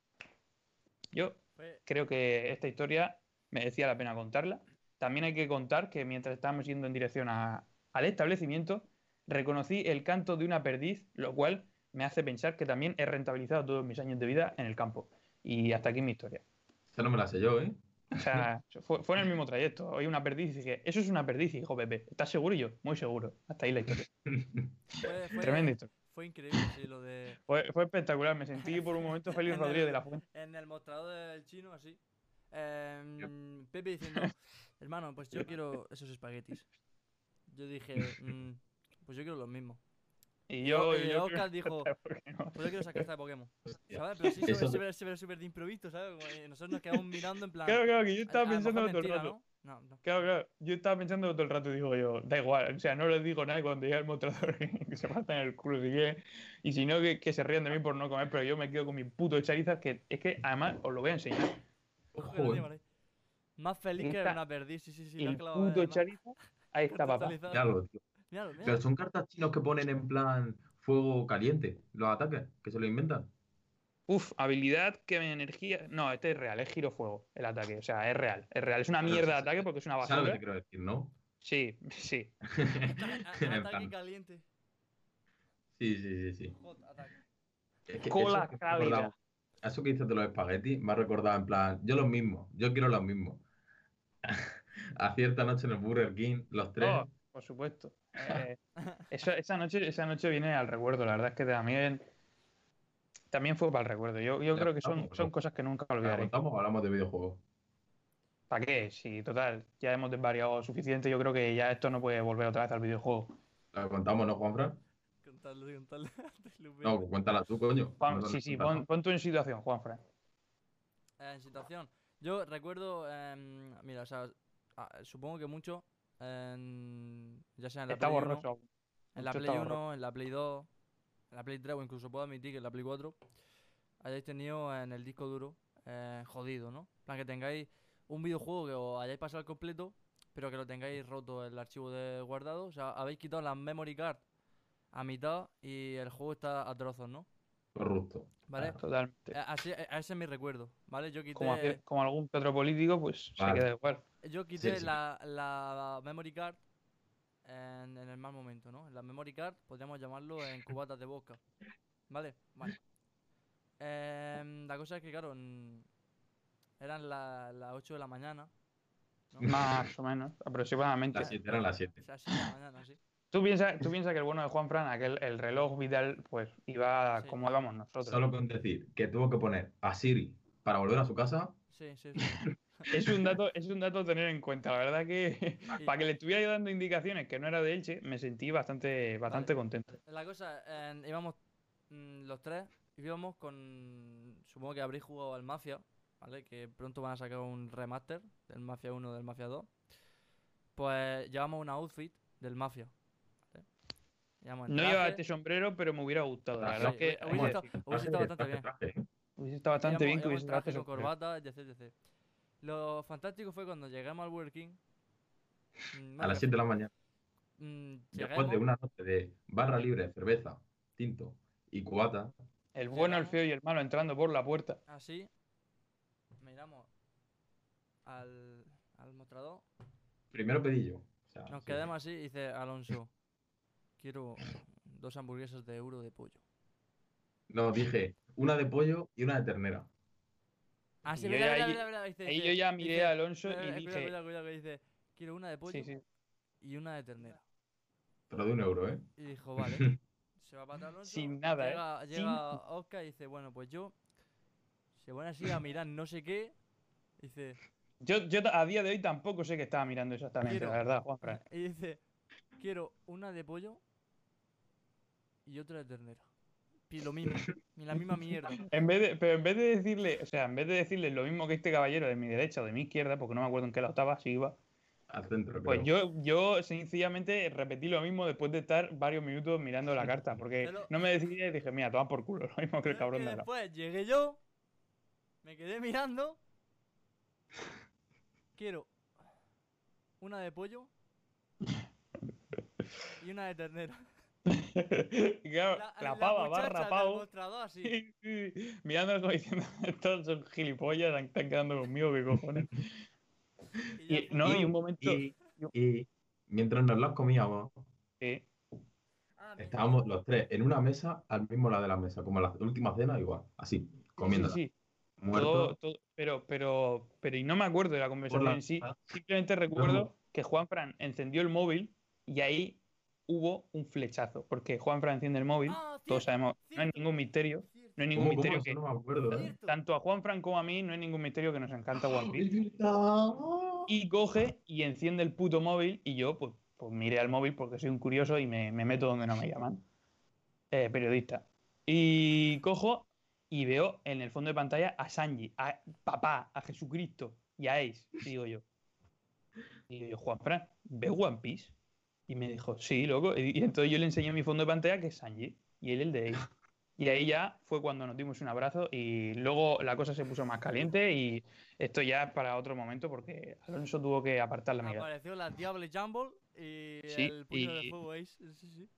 Speaker 2: Yo
Speaker 1: Fue-
Speaker 2: creo que esta historia merecía la pena contarla. También hay que contar que mientras estábamos yendo en dirección a- al establecimiento, reconocí el canto de una perdiz, lo cual me hace pensar que también he rentabilizado todos mis años de vida en el campo. Y hasta aquí mi historia.
Speaker 3: Esta no me la sé yo, ¿eh?
Speaker 2: O sea, fue, fue en el mismo trayecto. Oí una perdiz y dije, eso es una perdiz, hijo Pepe. ¿Estás seguro? Y yo, muy seguro. Hasta ahí la historia.
Speaker 1: Fue, fue-
Speaker 2: Tremenda historia.
Speaker 1: fue increíble, sí, lo de.
Speaker 2: Fue, fue espectacular. Me sentí por un momento Félix
Speaker 1: En el-
Speaker 2: Rodríguez de la Fuente.
Speaker 1: En el mostrador del chino, así. Em, Pepe diciendo, hermano, pues yo quiero esos espaguetis. Yo dije, "Mm, pues yo quiero los mismos.
Speaker 2: Y yo...
Speaker 1: Y
Speaker 2: y yo
Speaker 1: Oscar dijo,
Speaker 2: ¿Por qué no?
Speaker 1: Pues yo quiero esa carta de Pokémon.
Speaker 3: Hostia.
Speaker 1: ¿Sabes? Pero sí,
Speaker 3: Eso-
Speaker 1: súper- súper, súper, súper de improviso, ¿sabes? Como que nosotros nos quedamos mirando en plan.
Speaker 2: Claro, claro, que yo
Speaker 1: "A-
Speaker 2: estaba
Speaker 1: Ah, a lo
Speaker 2: pensando
Speaker 1: mejor
Speaker 2: todo el
Speaker 1: mentira,
Speaker 2: rato.
Speaker 1: ¿no? No, no.
Speaker 2: Claro, claro. Yo estaba pensando todo el rato, digo yo, da igual, o sea, no les digo nada y cuando llega el mostrador que se partan el culo si quieren, y si no, que, que se rían de mí por no comer, pero yo me quedo con mi puto Charizard, que es que además os lo voy a enseñar.
Speaker 1: Ojo, ¿eh? que lo
Speaker 3: Joder.
Speaker 1: tiene por ahí. Más feliz que
Speaker 2: Esta-
Speaker 1: una perdiz, sí, sí, sí. lo has
Speaker 2: El
Speaker 1: clavado, eh,
Speaker 2: puto
Speaker 1: además.
Speaker 2: Charizard, ahí está,
Speaker 1: Carta
Speaker 2: papá.
Speaker 1: actualizada.
Speaker 3: Míralo, tío.
Speaker 1: Míralo, míralo.
Speaker 3: Pero son cartas chinos que ponen en plan fuego caliente los ataques, que se lo inventan.
Speaker 2: Uf, habilidad que me energía. No, este es real, es giro fuego el ataque. O sea, es real, es real. Es una
Speaker 3: Pero
Speaker 2: mierda de
Speaker 3: sí, sí,
Speaker 2: ataque porque es una
Speaker 3: ¿Sabes lo que
Speaker 2: basura.
Speaker 3: te quiero decir, no?
Speaker 2: Sí, sí.
Speaker 3: En el
Speaker 1: Ataque
Speaker 3: plan.
Speaker 1: caliente.
Speaker 3: Sí, sí, sí, sí.
Speaker 1: Hot ataque.
Speaker 3: Es que
Speaker 2: Cola
Speaker 3: eso que me ha
Speaker 2: cálida.
Speaker 3: recordado- Eso que dices de los espaguetis me ha recordado en plan, yo los mismos, yo quiero los mismos. A cierta noche en el Burger King, los tres.
Speaker 2: Oh, por supuesto. Eh, eso- esa, noche, esa noche viene al recuerdo, la verdad es que también. También fue para el recuerdo. Yo, yo
Speaker 3: Ya,
Speaker 2: creo que son,
Speaker 3: vamos,
Speaker 2: son
Speaker 3: ¿no?
Speaker 2: cosas que nunca
Speaker 3: ¿La
Speaker 2: olvidaré.
Speaker 3: contamos o hablamos de videojuegos?
Speaker 2: ¿Para qué? Sí, total. Ya hemos desvariado suficiente. Yo creo que ya esto no puede volver otra vez al videojuego.
Speaker 3: ¿La contamos, no, Juanfran?
Speaker 1: Contadlo, contadlo. Te lo veo.
Speaker 3: No, cuéntala tú, coño.
Speaker 2: Juan-
Speaker 3: No, no,
Speaker 2: sí, sí,
Speaker 3: cuéntala.
Speaker 2: pon, pon tú en situación, Juanfran.
Speaker 1: eh, en situación. Yo recuerdo, em, mira, o sea, ah, supongo que mucho, em, ya sea en la
Speaker 2: Está
Speaker 1: Play uno,
Speaker 2: borroso. aún.
Speaker 1: en la
Speaker 2: mucho
Speaker 1: Play
Speaker 2: está
Speaker 1: 1, en la Play 2, en la Play 3 o incluso puedo admitir que en la Play 4 hayáis tenido en el disco duro eh, jodido, ¿no? En plan que tengáis un videojuego que os hayáis pasado al completo, pero que lo tengáis roto el archivo de guardado, o sea, habéis quitado la memory card a mitad y el juego está a trozos, ¿no?
Speaker 3: Corrupto.
Speaker 1: ¿Vale?
Speaker 2: Totalmente.
Speaker 1: A- Así, a- ese es mi recuerdo, ¿vale? Yo quité...
Speaker 2: como, hace- como algún que otro político, pues
Speaker 3: Vale.
Speaker 2: se queda igual.
Speaker 1: Yo quité
Speaker 3: sí.
Speaker 1: La, la memory card en, en el mal momento, ¿no? La memory card podríamos llamarlo en cubatas de boca. ¿Vale? Vale. Em, la cosa es que, claro, en- eran la- las 8 de la mañana. ¿no?
Speaker 2: Más o menos, aproximadamente.
Speaker 3: Las 7 eran las 7.
Speaker 1: O sea, 7 de la mañana, sí.
Speaker 2: Tú piensas tú piensas que el bueno de Juanfran, aquel el reloj vital, pues iba
Speaker 1: Sí.
Speaker 2: como íbamos nosotros.
Speaker 3: Solo con decir que tuvo que poner a Siri para volver a su casa,
Speaker 1: Sí, sí, sí.
Speaker 2: Es un dato, es un dato a tener en cuenta. La verdad que
Speaker 1: Y-
Speaker 2: para que le estuviera yo dando indicaciones que no era de Elche, me sentí bastante, bastante contento.
Speaker 1: La cosa, en- íbamos mm, los tres, íbamos con. Supongo que habréis jugado al Mafia, ¿vale? Que pronto van a sacar un remaster del Mafia 1, del Mafia 2. Pues llevamos una outfit del Mafia. ¿vale? Llevamos el
Speaker 2: No llevaba
Speaker 1: traje,
Speaker 2: este sombrero, pero me hubiera gustado. La
Speaker 3: Traje.
Speaker 2: verdad es que
Speaker 1: Sí, hubiera
Speaker 2: hay que
Speaker 1: estado-
Speaker 2: decir,
Speaker 1: hubiera estado bastante bien.
Speaker 3: traje, ¿eh?
Speaker 2: hubiese estado bastante bien
Speaker 1: llevamos- llevamos
Speaker 2: que hubiese
Speaker 1: traje
Speaker 2: traje
Speaker 1: con
Speaker 2: sombrero.
Speaker 1: corbata, etc, etc. Lo fantástico fue cuando llegamos al Mm, Working.
Speaker 3: a las 7 de la mañana.
Speaker 1: mm,
Speaker 3: Después de una noche de barra libre, cerveza, tinto y cubata,
Speaker 2: El bueno, el feo y el malo entrando por la puerta.
Speaker 1: Así Ah, miramos al, al mostrador
Speaker 3: primero pedí yo. O
Speaker 2: Ah,
Speaker 3: sea,
Speaker 1: Nos
Speaker 3: sí.
Speaker 1: quedamos así y dice Alonso, quiero dos hamburguesas de euro de pollo.
Speaker 3: No, dije una de pollo y una de ternera.
Speaker 1: Ah, sí,
Speaker 2: yo
Speaker 1: mira,
Speaker 2: ya
Speaker 1: mira,
Speaker 2: ahí-
Speaker 1: mira, mira, dice,
Speaker 2: Ahí
Speaker 1: dice-
Speaker 2: yo ya miré
Speaker 1: dice-
Speaker 2: a Alonso
Speaker 1: mira,
Speaker 2: y
Speaker 1: mira, Cuidado,
Speaker 2: dije,
Speaker 1: cuidado, cuidado, que dice, quiero una de pollo
Speaker 2: sí, sí,
Speaker 1: y una de ternera.
Speaker 3: Pero de un euro, ¿eh?
Speaker 1: Y dijo, vale, se va para Alonso.
Speaker 2: sin nada, ¿eh?
Speaker 1: llega
Speaker 2: Sin-
Speaker 1: llega Oscar y dice, bueno, pues yo, se van así a mirar no sé qué. Dice,
Speaker 2: Yo, yo a día de hoy tampoco sé qué estaba mirando exactamente,
Speaker 1: Quiero-
Speaker 2: la verdad, Juanfran.
Speaker 1: y dice, quiero una de pollo y otra de ternera. Y lo mismo, y la misma mierda.
Speaker 2: En vez de, pero en vez de decirle, o sea, en vez de decirle lo mismo que este caballero de mi derecha o de mi izquierda, porque no me acuerdo en qué lado estaba, si iba,
Speaker 3: Al centro,
Speaker 2: pues
Speaker 3: creo.
Speaker 2: yo, yo sencillamente repetí lo mismo después de estar varios minutos mirando la carta, porque
Speaker 1: Pero-
Speaker 2: no me decidí y dije, mira, toma por culo, lo mismo que
Speaker 1: Pero
Speaker 2: el
Speaker 1: es
Speaker 2: cabrón
Speaker 1: que
Speaker 2: de al lado.
Speaker 1: después llegué yo, me quedé mirando. Quiero una de pollo y una de ternera.
Speaker 2: Y claro, la, pava va
Speaker 1: muchacha del
Speaker 2: rapado,
Speaker 1: mostrador así.
Speaker 2: sí, sí, sí, mirándonos como diciendo, estos son gilipollas, están quedando conmigo, qué cojones.
Speaker 1: Y ya
Speaker 2: Y,
Speaker 1: fue.
Speaker 2: no, y un momento...
Speaker 3: Y, y mientras nos las comíamos,
Speaker 2: eh, sí.
Speaker 1: Ah, mira.
Speaker 3: estábamos los tres en una mesa, al mismo lado de la mesa, como la última cena, igual, así, comiéndola.
Speaker 2: Sí, sí, todo-
Speaker 3: Muerto.
Speaker 2: todo- pero, pero, pero, y no me acuerdo de la conversación
Speaker 3: la-
Speaker 2: en sí. Simplemente recuerdo
Speaker 3: Luego.
Speaker 2: que Juanfran encendió el móvil y ahí hubo un flechazo. Porque Juanfran enciende el móvil,
Speaker 1: Ah, cierto,
Speaker 2: todos sabemos, no hay
Speaker 1: cierto,
Speaker 2: ningún misterio.
Speaker 1: cierto,
Speaker 2: No hay ningún
Speaker 3: ¿Cómo, cómo?
Speaker 2: misterio
Speaker 3: Eso
Speaker 2: que.
Speaker 3: no me acuerdo, ¿eh?
Speaker 1: cierto.
Speaker 2: Tanto a Juanfran como a mí no hay ningún misterio que nos encanta One Piece.
Speaker 3: ¡Ah!
Speaker 2: Y coge y enciende el puto móvil y yo, pues, pues miré al móvil porque soy un curioso y me, me meto donde no me llaman. Eh, periodista. Y cojo y veo en el fondo de pantalla a Sanji, a papá, a Jesucristo y a Ace, digo yo. Y yo, Juanfran, ¿ves One Piece? Y me dijo, sí, loco. Y y entonces yo le enseñé mi fondo de pantalla que es Sanji y él el de Ace. Y ahí ya fue cuando nos dimos un abrazo y luego la cosa se puso más caliente y esto ya es para otro momento porque Alonso tuvo que apartar la mirada.
Speaker 1: Apareció la Diable Jumble y
Speaker 2: Sí,
Speaker 1: el puño de
Speaker 2: y-
Speaker 1: fuego Ace. Sí, sí.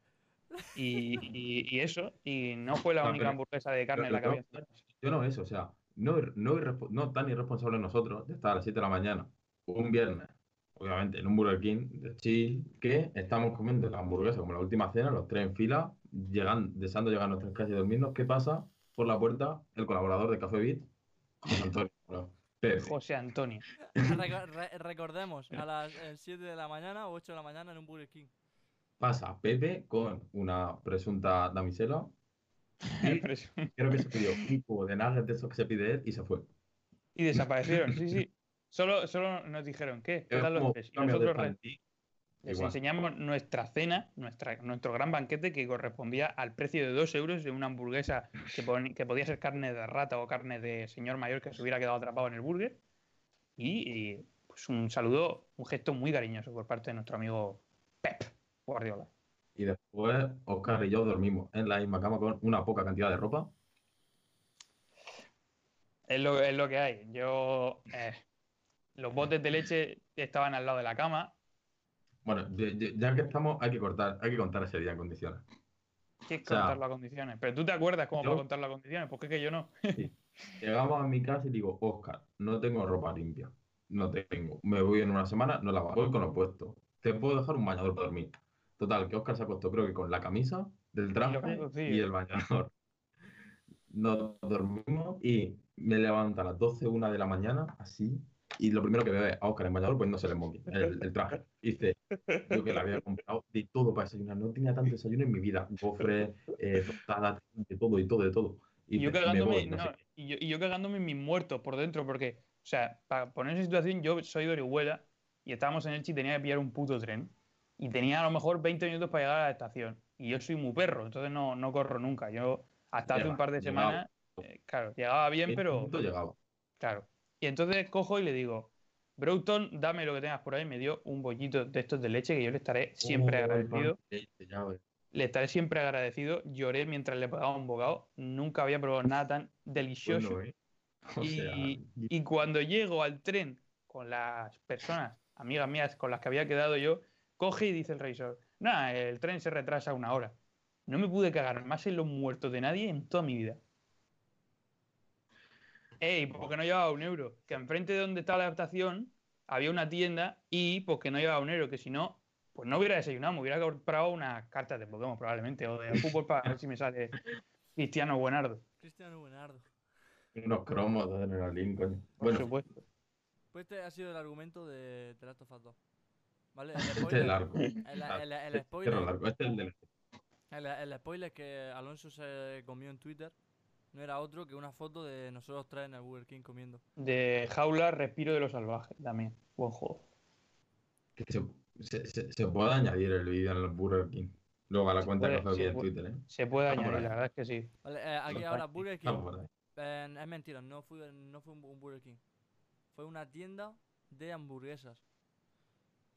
Speaker 2: Y, y- y eso, y no fue la
Speaker 3: No,
Speaker 2: única
Speaker 3: pero-
Speaker 2: hamburguesa de carne en
Speaker 3: pero
Speaker 2: la que había.
Speaker 3: yo- Yo no eso, o sea, no, ir- no, irrespo- no tan irresponsable nosotros de estar a las 7 de la mañana, un viernes, obviamente en un Burger King de chill, que estamos comiendo la hamburguesa como la última cena, los tres en fila, llegan, deseando llegar a nuestras casas y dormirnos. ¿Qué pasa? Por la puerta, el colaborador de Café Beat, José Antonio. Morón. Pepe.
Speaker 2: José Antonio.
Speaker 1: Reco- re- recordemos, a las 7 de la mañana o 8 de la mañana en un Burger King.
Speaker 3: Pasa Pepe con una presunta damisela. Y creo que se pidió un cubo de nuggets de esos que se pide él y se fue.
Speaker 2: Y desaparecieron, sí, sí. Solo, solo nos dijeron, ¿qué? ¿Qué
Speaker 3: Es
Speaker 2: tal los
Speaker 3: como
Speaker 2: tres? Y
Speaker 3: un cambio de
Speaker 2: nosotros
Speaker 3: pan.
Speaker 2: re- les
Speaker 3: Igual.
Speaker 2: enseñamos nuestra cena, nuestra, nuestro gran banquete que correspondía al precio de 2 euros de una hamburguesa que, pon- que podía ser carne de rata o carne de señor mayor que se hubiera quedado atrapado en el burger. Y, y, pues un saludo, un gesto muy cariñoso por parte de nuestro amigo Pep Guardiola.
Speaker 3: Y después Oscar y yo dormimos en la misma cama con una poca cantidad de ropa.
Speaker 2: Es lo, es lo que hay. Yo. eh, los botes de leche estaban al lado de la cama.
Speaker 3: Bueno, de- de- ya que estamos, hay que cortar, hay que contar ese día en condiciones.
Speaker 2: ¿Qué es
Speaker 3: O sea,
Speaker 2: contar las condiciones? Pero tú te acuerdas cómo
Speaker 3: yo-
Speaker 2: fue contar las condiciones, porque es que yo no.
Speaker 3: Llegamos a mi casa y digo, Oscar, no tengo ropa limpia. No tengo. Me voy en una semana, no la voy con lo puesto. Te puedo dejar un bañador para dormir. Total, que Oscar se acostó, creo que con la camisa del traje
Speaker 2: que- sí.
Speaker 3: y el bañador. Nos dormimos y me levanto a las 12, 1 de la mañana, así, y lo primero que veo es a Oscar en bañador poniéndose el smoking, el, el traje. Y dice, yo que le había comprado de todo para desayunar, no tenía tanto desayuno en mi vida. Gofres, eh, tostadas, de todo, y todo, de todo. Y
Speaker 2: Y yo,
Speaker 3: dice, me
Speaker 2: cagándome,
Speaker 3: voy, no sé
Speaker 2: no, y, yo, y yo cagándome en mis muertos por dentro, porque, o sea, para poner en situación, yo soy de Orihuela y estábamos en Elche y tenía que pillar un puto tren. Y tenía a lo mejor 20 minutos para llegar a la estación. Y yo soy muy perro, entonces no, no corro nunca. Yo, hasta hace
Speaker 3: Llega-
Speaker 2: un par de
Speaker 3: llegaba.
Speaker 2: semanas, eh, claro, llegaba bien,
Speaker 3: qué
Speaker 2: pero.
Speaker 3: punto llegaba.
Speaker 2: Claro. Y entonces cojo y le digo, Broughton, dame lo que tengas por ahí. Me dio un bollito de estos de leche que yo le estaré siempre
Speaker 3: Oh, el pan
Speaker 2: agradecido.
Speaker 3: de leche, ya ves.
Speaker 2: Le estaré siempre agradecido. Lloré mientras le pagaba un bocado. Nunca había probado nada tan delicioso.
Speaker 3: Bueno, eh. Pues O sea,
Speaker 2: Y, y cuando llego al tren con las personas, amigas mías con las que había quedado yo, coge y dice el revisor, nada, el tren se retrasa una hora. No me pude cagar más en los muertos de nadie en toda mi vida. Ey, porque no llevaba un euro. Que enfrente de donde estaba la adaptación había una tienda y porque no llevaba un euro, que si no, pues no hubiera desayunado, me hubiera comprado unas cartas de Pokémon probablemente o de fútbol para ver si me sale Cristiano Buenardo.
Speaker 1: Cristiano Buenardo.
Speaker 3: unos cromos de adrenalina, coño.
Speaker 2: Por
Speaker 3: Bueno,
Speaker 2: supuesto.
Speaker 1: Pues este ha sido el argumento de The Last of Us 2. ¿Vale? El
Speaker 3: este es
Speaker 1: spoiler,
Speaker 3: el arco.
Speaker 1: el- el- el
Speaker 3: Este
Speaker 1: spoiler-
Speaker 3: es el arco, este es el del-
Speaker 1: el- el spoiler que Alonso se comió en Twitter no era otro que una foto de nosotros tres en el Burger King comiendo.
Speaker 2: De Jaula, Respiro de los Salvajes también. Buen juego.
Speaker 3: que se, se- se- se puede añadir el vídeo en el Burger King. Luego a la
Speaker 2: Se
Speaker 3: cuenta
Speaker 2: puede,
Speaker 3: que os doy
Speaker 2: se
Speaker 3: en
Speaker 2: puede.
Speaker 3: Twitter, ¿eh?
Speaker 2: Se puede
Speaker 3: Ah, por
Speaker 2: añadir,
Speaker 3: ahí.
Speaker 2: la verdad es que sí.
Speaker 1: Vale, eh, aquí
Speaker 3: Los
Speaker 1: ahora
Speaker 3: tacos.
Speaker 1: Burger
Speaker 3: Ah,
Speaker 1: King.
Speaker 3: por ahí.
Speaker 1: eh, es mentira, no fue, no fue un, un Burger King. Fue una tienda de hamburguesas.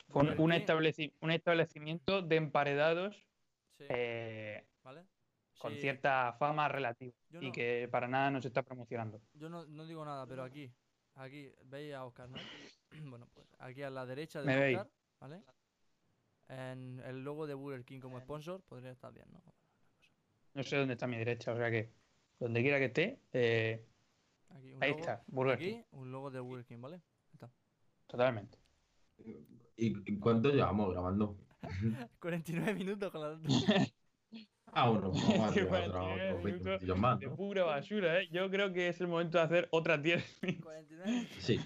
Speaker 2: Fue un,
Speaker 1: Burger
Speaker 2: un
Speaker 1: King,
Speaker 2: estableci- un establecimiento de emparedados
Speaker 1: sí,
Speaker 2: eh,
Speaker 1: ¿vale?
Speaker 2: con
Speaker 1: Sí,
Speaker 2: cierta fama relativa
Speaker 1: yo
Speaker 2: y
Speaker 1: no-
Speaker 2: que para nada nos está promocionando.
Speaker 1: Yo no, no digo nada, pero aquí, aquí, veis a Oscar, ¿no? Bueno, pues aquí a la derecha de
Speaker 2: Me veis.
Speaker 1: Oscar, ¿vale? En el logo de Burger King como sponsor, podría estar bien, ¿no?
Speaker 2: No sé dónde está mi derecha, o sea que donde quiera que esté, eh,
Speaker 1: Aquí, un
Speaker 2: ahí
Speaker 1: logo,
Speaker 2: está, Burger King,
Speaker 1: Aquí, un logo de Burger King, ¿vale?
Speaker 2: totalmente.
Speaker 3: ¿Y y cuánto llevamos grabando?
Speaker 1: 49 minutos con la...
Speaker 3: Ah, bueno, pues vamos a
Speaker 2: Qué
Speaker 3: tirar otro-
Speaker 2: barbaridad,
Speaker 3: otros 20
Speaker 2: minuto.
Speaker 3: minutillos más,
Speaker 2: De
Speaker 3: ¿no?
Speaker 2: pura basura, ¿eh? Yo creo que es el momento de hacer otras 10.
Speaker 1: 49
Speaker 3: Sí,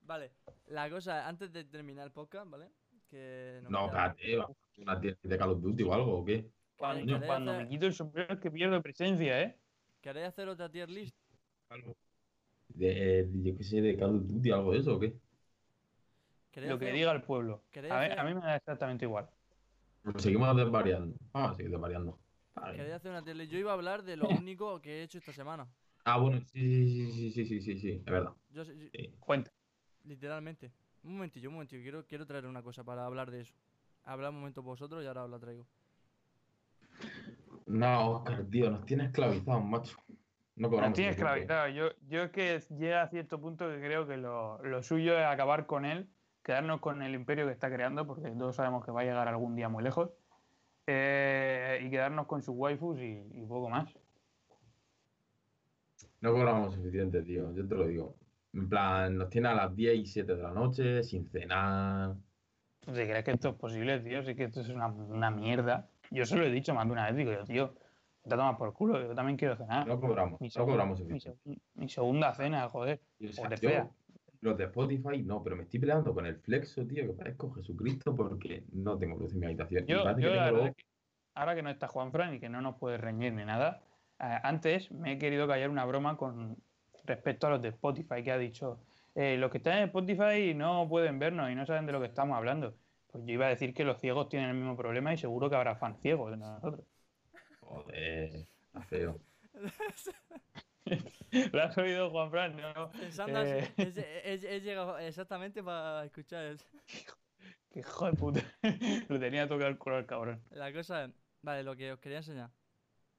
Speaker 1: Vale, la cosa, antes de terminar el podcast, ¿vale? Que nos
Speaker 3: no,
Speaker 1: queda-
Speaker 3: espérate, vamos a hacer una tienda de Call of Duty o algo, ¿o qué?
Speaker 2: Cuando,
Speaker 1: Coño.
Speaker 2: cuando me quito el sombrero es que pierdo presencia, ¿eh?
Speaker 1: ¿Queréis hacer otra tier list?
Speaker 3: De, eh, yo qué sé, de Call of Duty, algo de eso, ¿o qué?
Speaker 1: ¿Queréis
Speaker 2: Lo que
Speaker 1: hacer-
Speaker 2: diga el pueblo.
Speaker 1: ¿Queréis
Speaker 2: A mí,
Speaker 1: hacer-
Speaker 2: a mí me da exactamente igual.
Speaker 3: Seguimos desvariando.
Speaker 2: Ah.
Speaker 3: Vamos a seguir desvariando. Vale.
Speaker 1: ¿Queréis hacer una tier list? Yo iba a hablar de lo único que he hecho esta semana.
Speaker 3: Ah, bueno, sí, sí, sí, sí, sí, sí, sí, sí, es verdad.
Speaker 1: Yo, sé- yo-
Speaker 3: Sí.
Speaker 2: Cuenta.
Speaker 1: Literalmente. Un momentillo, un momentillo. Quiero, quiero traer una cosa para hablar de eso. Hablad un momento vosotros y ahora os la traigo.
Speaker 3: No, Oscar, tío, nos tienes esclavizados, macho. No
Speaker 2: Nos
Speaker 3: cobramos.
Speaker 2: tienes
Speaker 3: suficiente.
Speaker 2: esclavizado. Yo, yo es que llega a cierto punto que creo que lo, lo suyo es acabar con él, quedarnos con el imperio que está creando, porque todos sabemos que va a llegar algún día muy lejos, eh, y quedarnos con sus waifus y, y poco más.
Speaker 3: No cobramos suficiente, tío. Yo te lo digo. En plan, nos tiene a las 10 y 7 de la noche, sin cenar.
Speaker 2: ¿Tú te crees que esto es posible, tío? Sí que esto es una, una mierda. Yo se lo he dicho más de una vez, digo yo, tío, te tomas por culo, yo también quiero cenar.
Speaker 3: No cobramos,
Speaker 2: mi
Speaker 3: no
Speaker 2: segunda-
Speaker 3: cobramos
Speaker 2: mi,
Speaker 3: suficiente.
Speaker 2: seg- mi segunda cena, joder.
Speaker 3: Y, o sea,
Speaker 2: o de
Speaker 3: yo-
Speaker 2: fea.
Speaker 3: los de Spotify no, pero me estoy peleando con el flexo, tío, que parezco Jesucristo porque no tengo luz en mi habitación. Y
Speaker 2: Yo,
Speaker 3: parece
Speaker 2: yo
Speaker 3: que
Speaker 2: la
Speaker 3: tengo
Speaker 2: verdad
Speaker 3: los-
Speaker 2: que ahora que no está Juanfran y que no nos puede reñir ni nada, eh, antes me he querido callar una broma con respecto a los de Spotify que ha dicho, eh, los que están en Spotify no pueden vernos y no saben de lo que estamos hablando. Pues yo iba a decir que los ciegos tienen el mismo problema y seguro que habrá fan ciegos entre nosotros.
Speaker 3: Joder, está feo.
Speaker 2: ¿Lo has oído, Juanfran? No, no.
Speaker 1: Pensando
Speaker 2: Eh.
Speaker 1: así, he, lle- he- he llegado exactamente para escuchar el-
Speaker 2: Que hijo de puta. Lo tenía tocado el culo al cabrón.
Speaker 1: la cosa. es- Vale, lo que os quería enseñar.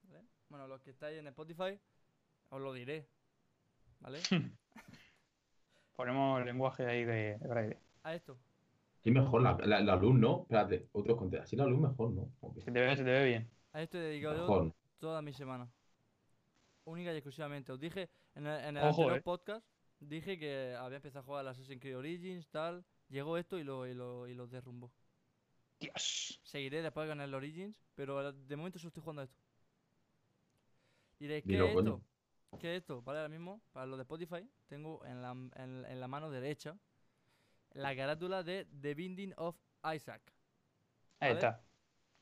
Speaker 1: ¿vale? Bueno, los que estáis en Spotify, os lo diré. ¿Vale?
Speaker 2: Ponemos el lenguaje ahí de, de braille.
Speaker 1: A esto.
Speaker 3: Y mejor la, la, la luz, ¿no? Espérate, otros contextos. Así la luz mejor, ¿no? Ok,
Speaker 2: Se te ve, se te ve bien.
Speaker 1: A esto he dedicado yo
Speaker 3: Mejor.
Speaker 1: toda mi semana. Única y exclusivamente. Os dije en el, en el
Speaker 2: Ojo,
Speaker 1: anterior
Speaker 2: eh.
Speaker 1: podcast, dije que había empezado a jugar al Assassin's Creed Origins, tal. Llegó esto y lo, y lo, y lo derrumbó.
Speaker 2: Dios.
Speaker 1: Seguiré después con el Origins, pero ahora- de momento solo estoy jugando a esto. Diréis, ¿qué
Speaker 3: Dilo,
Speaker 1: es
Speaker 3: coño.
Speaker 1: esto? ¿Qué es esto? Vale, ahora mismo, para los de Spotify, tengo en la, en, en la mano derecha la carátula de The Binding of Isaac.
Speaker 2: Ahí
Speaker 1: Vale.
Speaker 2: está.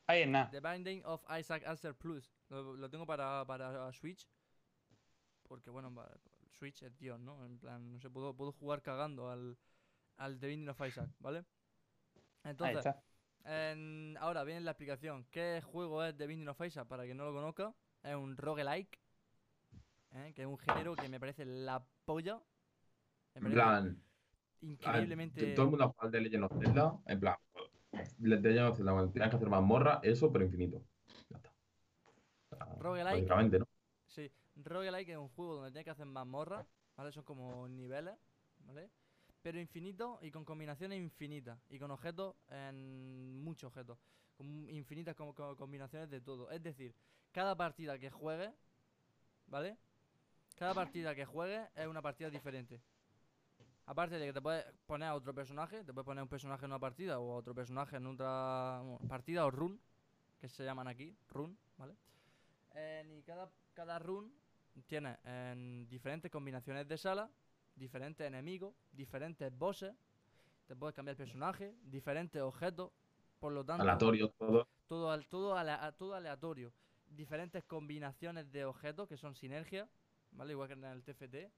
Speaker 2: Ahí es nada.
Speaker 1: The Binding of Isaac Answer Plus. Lo, lo tengo para, para Switch. Porque, bueno, va- Switch es Dios, ¿no? En plan, no sé, puedo, puedo jugar cagando al, al The Binding of Isaac, ¿vale?
Speaker 2: Ahí
Speaker 1: Entonces,
Speaker 2: está.
Speaker 1: en- ahora viene la explicación. ¿Qué juego es The Binding of Isaac? Para quien no lo conozca, es un roguelike. ¿eh? Que es un género que me parece la polla. Me
Speaker 3: En
Speaker 1: parece
Speaker 3: plan, a-
Speaker 1: increíblemente.
Speaker 3: todo el mundo ha jugado al de Legend of Zelda. En plan, The Legend of Zelda, cuando tienes que hacer mazmorra, eso, pero infinito. Ya está. O sea,
Speaker 1: Roguelike.
Speaker 3: básicamente, ¿no?
Speaker 1: Sí, roguelike es un juego donde tienes que hacer mazmorras, ¿vale? Son como niveles, ¿vale? Pero infinitos y con combinaciones infinitas. Y con objetos, en muchos objetos. Con infinitas como, co- combinaciones de todo. Es decir, cada partida que juegues, ¿vale? Cada partida que juegues es una partida diferente. Aparte de que te puedes poner a otro personaje, te puedes poner un personaje en una partida o a otro personaje en otra bueno, partida o run, que se llaman aquí, run, ¿vale? En- y cada, cada run tiene en diferentes combinaciones de sala, diferentes enemigos, diferentes bosses, te puedes cambiar el personaje, diferentes objetos, por lo tanto
Speaker 3: Aleatorio, todo.
Speaker 1: todo, al- todo, ale- a- todo aleatorio. Diferentes combinaciones de objetos que son sinergias, ¿vale? Igual que en el TFT.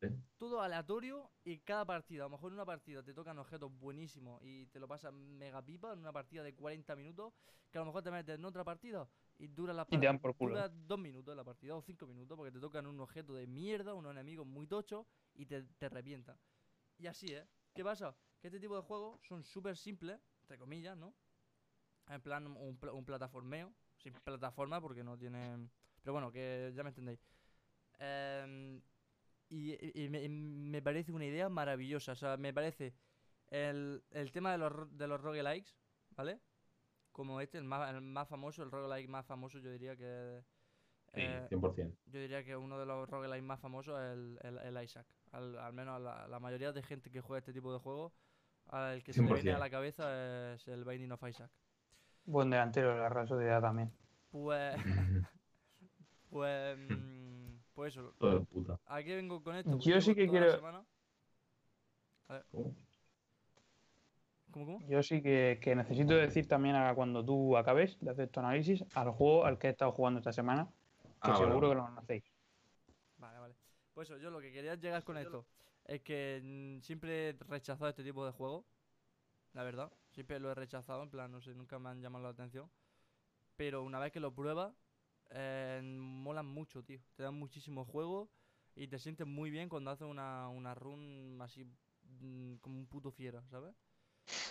Speaker 3: Sí.
Speaker 1: Todo aleatorio y cada partida. A lo mejor en una partida te tocan objetos buenísimos y te lo pasas mega pipa en una partida de 40 minutos, que a lo mejor te metes en otra partida y dura la
Speaker 2: Y te
Speaker 1: par-
Speaker 2: dan por culo.
Speaker 1: dura dos minutos la partida o cinco minutos porque te tocan un objeto de mierda, unos enemigos muy tochos y te, te revientan. Y así es. ¿Qué pasa? Que este tipo de juegos son súper simples, entre comillas, ¿no? En plan, un, pla- un plataformeo. Sin plataforma porque no tiene. Pero bueno, que ya me entendéis. Em, y y- y me, y me parece una idea maravillosa. O sea, me parece el, el tema de los, ro- de los roguelikes, ¿vale? Como este, el más, el más famoso, el roguelike más famoso, yo diría que.
Speaker 3: Sí,
Speaker 1: eh,
Speaker 3: 100%.
Speaker 1: yo diría que uno de los roguelikes más famosos es el, el- el Isaac. Al, al menos la, la mayoría de gente que juega este tipo de juegos, al que se le viene a
Speaker 3: 100%.
Speaker 1: la cabeza es el Binding of Isaac.
Speaker 2: Buen delantero de la Real Sociedad también.
Speaker 1: Pues. Pues. mm, pues eso.
Speaker 3: todo de puta.
Speaker 1: ¿A qué vengo con esto? Pues
Speaker 2: Yo
Speaker 1: llevo
Speaker 2: sí que
Speaker 1: toda la
Speaker 2: quiero-
Speaker 1: semana-
Speaker 3: ¿Cómo?
Speaker 1: ¿Cómo, cómo?
Speaker 2: Yo sí que, que necesito decir también ahora cuando tú acabes de hacer tu análisis al juego al que he estado jugando esta semana, que
Speaker 3: Ah, vale,
Speaker 2: seguro
Speaker 3: vale.
Speaker 2: que lo conocéis.
Speaker 1: Vale, vale. Pues eso, yo lo que quería llegar con esto es que mm, siempre he rechazado este tipo de juegos. La verdad, siempre lo he rechazado, en plan, no sé, nunca me han llamado la atención. Pero una vez que lo pruebas, eh, molan mucho, tío. Te dan muchísimo juego y te sientes muy bien cuando haces una, una run así mm, como un puto fiera, ¿sabes?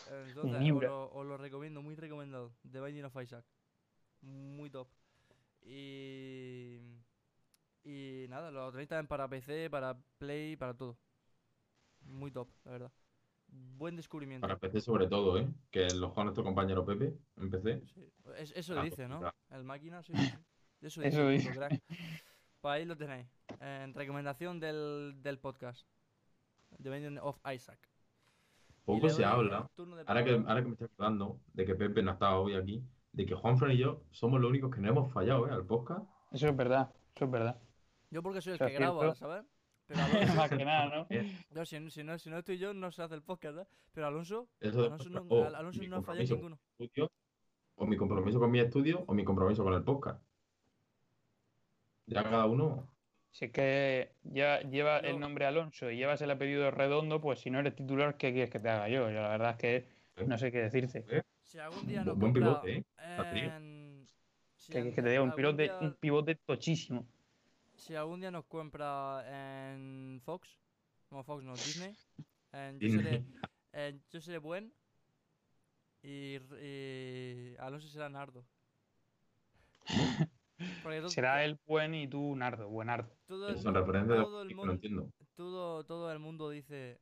Speaker 1: Eh, Entonces, os
Speaker 2: Libra.
Speaker 1: lo, os lo recomiendo, muy recomendado. The Binding of Isaac. Muy top. Y. Y nada, lo tenéis también para PC, para Play, para todo. Muy top, la verdad. Buen descubrimiento.
Speaker 3: Para PC sobre todo, ¿eh? Que lo juega nuestro compañero Pepe en PC.
Speaker 1: Sí. Es- eso
Speaker 3: Ah,
Speaker 1: dice, ¿no?
Speaker 3: claro.
Speaker 1: El máquina, sí. sí, sí. Eso dice.
Speaker 2: Eso
Speaker 1: el
Speaker 2: dice.
Speaker 1: puto crack. Pues ahí lo tenéis. en recomendación del, del podcast. The Binding of Isaac. Y
Speaker 3: Poco
Speaker 1: le
Speaker 3: se
Speaker 1: doy
Speaker 3: habla.
Speaker 1: el turno de
Speaker 3: Ahora que,
Speaker 1: palabra.
Speaker 3: ahora que me estoy acordando de que Pepe no estaba hoy aquí, de que Juanfran y yo somos los únicos que no hemos fallado, ¿eh? Al podcast.
Speaker 2: Eso es verdad, eso es verdad.
Speaker 1: Yo porque soy el
Speaker 2: Lo
Speaker 1: que graba,
Speaker 2: siento.
Speaker 1: ¿sabes? Pero Alonso,
Speaker 2: Más que nada, ¿no?
Speaker 1: yo, si, si no, si no estoy yo, no se hace el podcast, ¿verdad? Pero Alonso,
Speaker 3: Eso
Speaker 1: Alonso no,
Speaker 3: demuestra o
Speaker 1: Al- Alonso
Speaker 3: mi
Speaker 1: no ha fallado
Speaker 3: compromiso
Speaker 1: ninguno.
Speaker 3: con el estudio, o mi compromiso con mi estudio, o mi compromiso con el podcast. Ya cada uno.
Speaker 2: Si es que ya lleva
Speaker 1: Yo-
Speaker 2: el nombre Alonso y llevas el apellido redondo, pues si no eres titular, ¿qué quieres que te haga yo? Yo la verdad es que no sé qué decirte.
Speaker 1: Si algún día nos
Speaker 3: Bu- buen
Speaker 1: compra
Speaker 3: pivote, ¿eh? Patrick.
Speaker 1: en- si
Speaker 2: ¿Qué
Speaker 1: al-
Speaker 2: quieres que te diga? Un
Speaker 1: algún
Speaker 2: pivote,
Speaker 1: día-
Speaker 2: un pivote tochísimo.
Speaker 1: Si algún día nos compra en Fox, no Fox, no Disney, en yo, seré,
Speaker 3: Disney.
Speaker 1: en yo seré buen y, y Alonso será Nardo. Porque to-
Speaker 2: Será el buen y tú Nardo, buen Nardo.
Speaker 1: todo, el
Speaker 3: Son
Speaker 1: mu-
Speaker 3: referencias de
Speaker 1: todo el
Speaker 3: que
Speaker 1: mundo-
Speaker 3: no entiendo.
Speaker 1: todo, todo el mundo dice,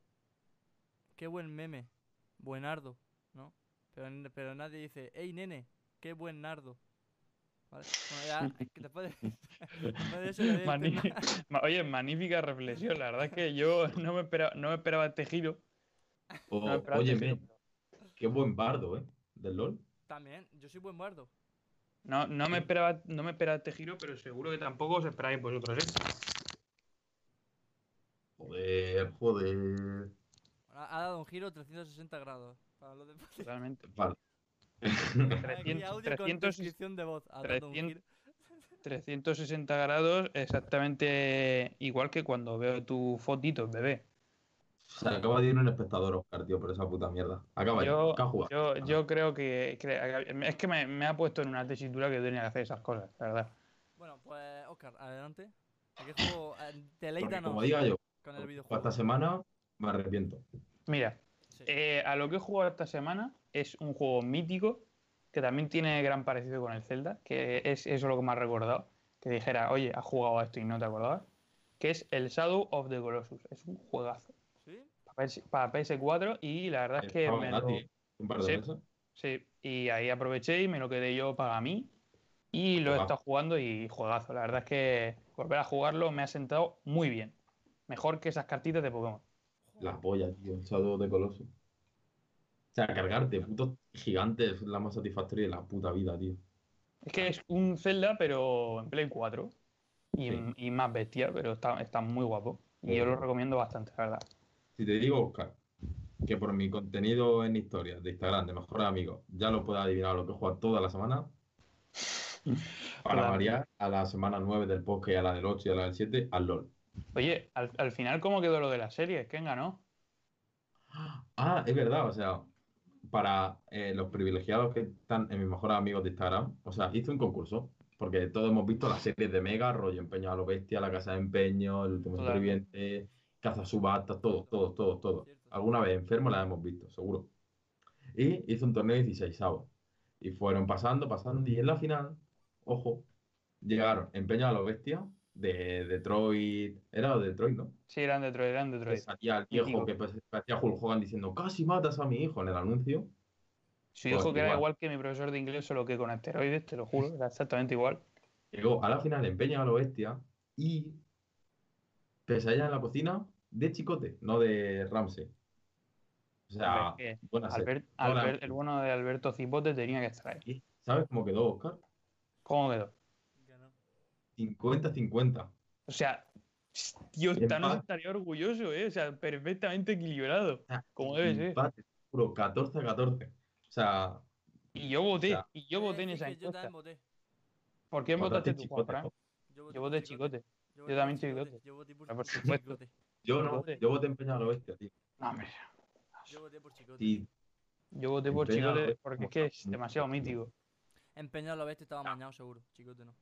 Speaker 1: qué buen meme, buen Nardo, ¿no? Pero, n- pero nadie dice, hey nene, qué buen Nardo. ¿Vale? Bueno, ya, es que después de, después de eso le doy el
Speaker 2: Magní-
Speaker 1: turno-
Speaker 2: Ma- Oye, magnífica reflexión. La verdad es que yo no me esperaba, no me esperaba este giro.
Speaker 3: O,
Speaker 2: No me esperaba este
Speaker 3: óyeme,
Speaker 2: giro.
Speaker 3: qué buen bardo, ¿eh? Del LOL.
Speaker 1: También, yo soy buen bardo.
Speaker 2: No, no me esperaba, no me esperaba este giro, pero seguro que tampoco os esperáis vosotros, ¿eh?
Speaker 3: Joder, joder.
Speaker 1: Ha, ha dado un giro 360 grados. Para los de...
Speaker 2: Totalmente.
Speaker 3: Vale.
Speaker 1: Aquí
Speaker 2: 300,
Speaker 1: audio con
Speaker 2: 300,
Speaker 1: transcripción de voz. Ha dado un
Speaker 2: 300.
Speaker 1: giro.
Speaker 2: 360 grados, exactamente igual que cuando veo tu fotito, bebé.
Speaker 3: Se acaba de ir un espectador, Oscar, tío, por esa puta mierda. Acaba ya.
Speaker 2: Yo,
Speaker 3: ¿Qué has jugado?
Speaker 2: yo, yo creo que, que- es que me, me ha puesto en una tesitura que yo tenía que hacer esas cosas, la verdad.
Speaker 1: Bueno, pues Oscar, adelante. ¿A qué juego? eh,
Speaker 3: Porque
Speaker 1: Deleítanos
Speaker 3: como diga yo,
Speaker 1: con el videojuego.
Speaker 3: esta semana me arrepiento.
Speaker 2: Mira,
Speaker 1: Sí.
Speaker 2: eh, a lo que he jugado esta semana es un juego mítico que también tiene gran parecido con el Zelda, que es eso lo que me ha recordado. Que dijera, oye, has jugado a esto y no te acordabas. Que es el Shadow of the Colossus. Es un juegazo.
Speaker 1: ¿Sí?
Speaker 2: Para PS- Para PS4 y la verdad es que
Speaker 3: Eh, Estaba
Speaker 2: me lo-
Speaker 3: gratis, Un par de
Speaker 2: Sí.
Speaker 3: meses.
Speaker 2: Sí, y ahí aproveché y me lo quedé yo para mí. Y lo he
Speaker 3: Juegazo.
Speaker 2: estado jugando y juegazo. La verdad es que volver a jugarlo me ha sentado muy bien. Mejor que esas cartitas de Pokémon.
Speaker 3: La polla, tío, el Shadow de Colossus. O sea, cargarte putos gigantes es la más satisfactoria de la puta vida, tío.
Speaker 2: Es que es un Zelda, pero en Play 4. Y,
Speaker 3: Sí.
Speaker 2: y más bestia, pero está, está muy guapo. Y
Speaker 3: Sí.
Speaker 2: yo lo recomiendo bastante, la verdad.
Speaker 3: Si te digo, Oscar, que por mi contenido en historias de Instagram de mejores amigos, ya lo puedes adivinar lo que juega toda la semana. Para
Speaker 2: Claro.
Speaker 3: variar a la semana 9 del podcast y a la del 8 y a la del 7, al LOL.
Speaker 2: Oye, al, al final, ¿cómo quedó lo de la serie? ¿Quién ganó?
Speaker 3: Ah, es verdad, o sea, para eh, los privilegiados que están en mis mejores amigos de Instagram, o sea, hice un concurso, porque todos hemos visto las series de Mega, rollo Empeño a lo Bestia, La Casa de Empeño, El Último
Speaker 2: Claro.
Speaker 3: Superviviente, Caza Subasta, todos, todos, todos, todos.
Speaker 1: Cierto.
Speaker 3: Alguna vez enfermo las hemos visto, seguro. Y hice un torneo de 16 avos. Y fueron pasando, pasando, y en la final, ojo, llegaron Empeño a lo Bestia, de Detroit, era de Detroit, ¿no?
Speaker 2: Sí, eran Detroit, eran
Speaker 3: que
Speaker 2: Detroit.
Speaker 3: salía el
Speaker 2: Mítico.
Speaker 3: viejo que pare- parecía Hulk Hogan diciendo casi matas a mi hijo en el anuncio.
Speaker 2: Su
Speaker 3: Pues
Speaker 2: hijo que era
Speaker 3: igual.
Speaker 2: igual que mi profesor de inglés, solo que con asteroides, te lo juro, era exactamente igual.
Speaker 3: Llegó a la final empeña a lo bestia y pesadilla en la cocina de Chicote, no de Ramsey. O sea,
Speaker 2: Hombre, es que
Speaker 3: buena serie.
Speaker 2: Albert-
Speaker 3: Hola.
Speaker 2: Albert- el bueno de Alberto Cipote tenía que estar ahí.
Speaker 3: ¿Y ¿Sabes cómo quedó Oscar?
Speaker 2: ¿Cómo quedó?
Speaker 1: Ganó.
Speaker 3: 50-50.
Speaker 2: O sea, tío,
Speaker 3: Empate.
Speaker 2: Thanos estaría orgulloso, ¿eh? O sea, perfectamente equilibrado.
Speaker 3: Ah,
Speaker 2: Como debe ser.
Speaker 3: Empate, puro 14-14. O sea,
Speaker 2: Y yo voté,
Speaker 3: Ya.
Speaker 2: y yo
Speaker 1: Voy a
Speaker 2: voté en
Speaker 1: decir
Speaker 2: esa
Speaker 1: que Yo también
Speaker 2: encuesta.
Speaker 1: voté.
Speaker 2: ¿Por quién votaste
Speaker 3: votaste
Speaker 2: tú,
Speaker 3: Chicote,
Speaker 2: Juanfran?
Speaker 3: ¿no?
Speaker 1: voté
Speaker 2: Yo
Speaker 1: por
Speaker 2: voté Chicote. Yo también
Speaker 1: por
Speaker 2: Chicote.
Speaker 1: Yo voté por,
Speaker 2: Ah, por
Speaker 1: Chicote,
Speaker 2: supuesto.
Speaker 1: Chicote.
Speaker 3: yo no,
Speaker 2: Chicote.
Speaker 3: yo voté empeña a lo bestia, tío.
Speaker 2: No, hombre.
Speaker 1: Yo voté por Chicote.
Speaker 3: Y
Speaker 2: Yo voté por
Speaker 3: Empeñado,
Speaker 2: Chicote
Speaker 3: eh,
Speaker 2: porque
Speaker 3: como
Speaker 2: es que
Speaker 3: está,
Speaker 2: es
Speaker 3: muy
Speaker 2: demasiado
Speaker 3: competido.
Speaker 2: mítico.
Speaker 1: En Peñalolén este
Speaker 3: Ah.
Speaker 1: estaba mañado seguro, Chicote no.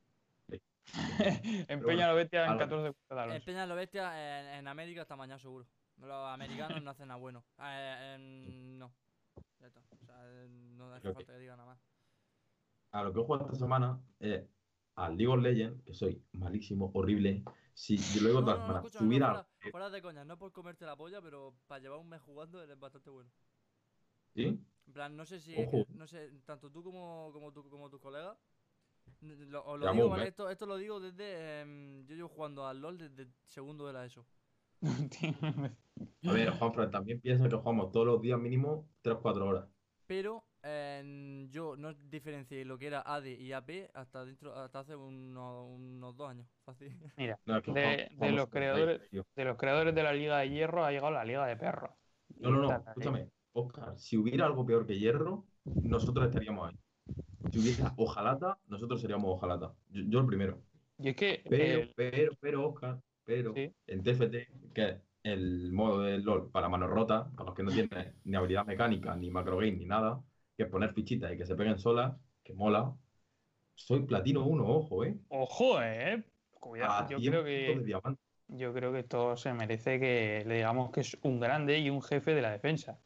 Speaker 2: Empeña la bestia en
Speaker 3: Alan.
Speaker 2: 14 cuotas de
Speaker 1: En
Speaker 2: Alonso.
Speaker 1: Peña lo Bestia, en, en América está mañana seguro. Los americanos no hacen nada bueno. Eh, en- no. Ya está. O sea, eh, no hace
Speaker 3: Creo que-
Speaker 1: falta que diga nada más.
Speaker 3: a lo que he jugado esta semana es al League of Legends, que soy malísimo, horrible. Si yo lo digo
Speaker 1: No, no,
Speaker 3: todas las
Speaker 1: no,
Speaker 3: semanas,
Speaker 1: escucha, no,
Speaker 3: tuviera-
Speaker 1: fuera, fuera de coña, no por comerte la polla, pero para llevar un mes jugando eres bastante bueno.
Speaker 3: ¿Sí?
Speaker 1: En plan, no sé si.
Speaker 3: Ojo.
Speaker 1: No sé, tanto tú como, como, tu, como tus colegas N- lo- os lo
Speaker 3: Ya,
Speaker 1: digo,
Speaker 3: muy
Speaker 1: ¿vale?
Speaker 3: bien.
Speaker 1: Esto, esto lo digo desde. em, yo llevo jugando al LOL desde segundo de la E ESO.
Speaker 3: A ver, Juanfran, también piensa que jugamos todos los días mínimo 3-4 horas.
Speaker 1: Pero em, yo no diferencié lo que era AD y AP hasta dentro hasta hace unos, unos dos años. Fácil.
Speaker 3: No, es
Speaker 2: De-
Speaker 3: que jugamos-
Speaker 2: de
Speaker 3: jugamos
Speaker 2: los
Speaker 3: con Play,
Speaker 2: creadores-
Speaker 3: tío.
Speaker 2: De los creadores de la Liga de Hierro ha llegado la Liga de Perros.
Speaker 3: No, no, no,
Speaker 2: Está ahí.
Speaker 3: escúchame. Oscar, si hubiera algo peor que hierro, nosotros estaríamos ahí. Si hubiera ojalata, nosotros seríamos ojalata. Yo, yo el primero.
Speaker 2: Y es que
Speaker 3: Pero,
Speaker 2: el-
Speaker 3: pero, pero, Oscar, pero,
Speaker 2: Sí.
Speaker 3: en TFT, que es el modo del LOL para manos rotas, para los que no tienen ni habilidad mecánica, ni macro game, ni nada, que es poner fichitas y que se peguen solas, que mola. Soy platino 1, ojo, ¿eh?
Speaker 2: ojo, eh. Cuidado,
Speaker 3: A
Speaker 2: yo
Speaker 3: 100
Speaker 2: creo
Speaker 3: puntos Ah, de
Speaker 2: que
Speaker 3: diamante.
Speaker 2: yo creo que todo se merece que le digamos que es un grande y un jefe de la defensa.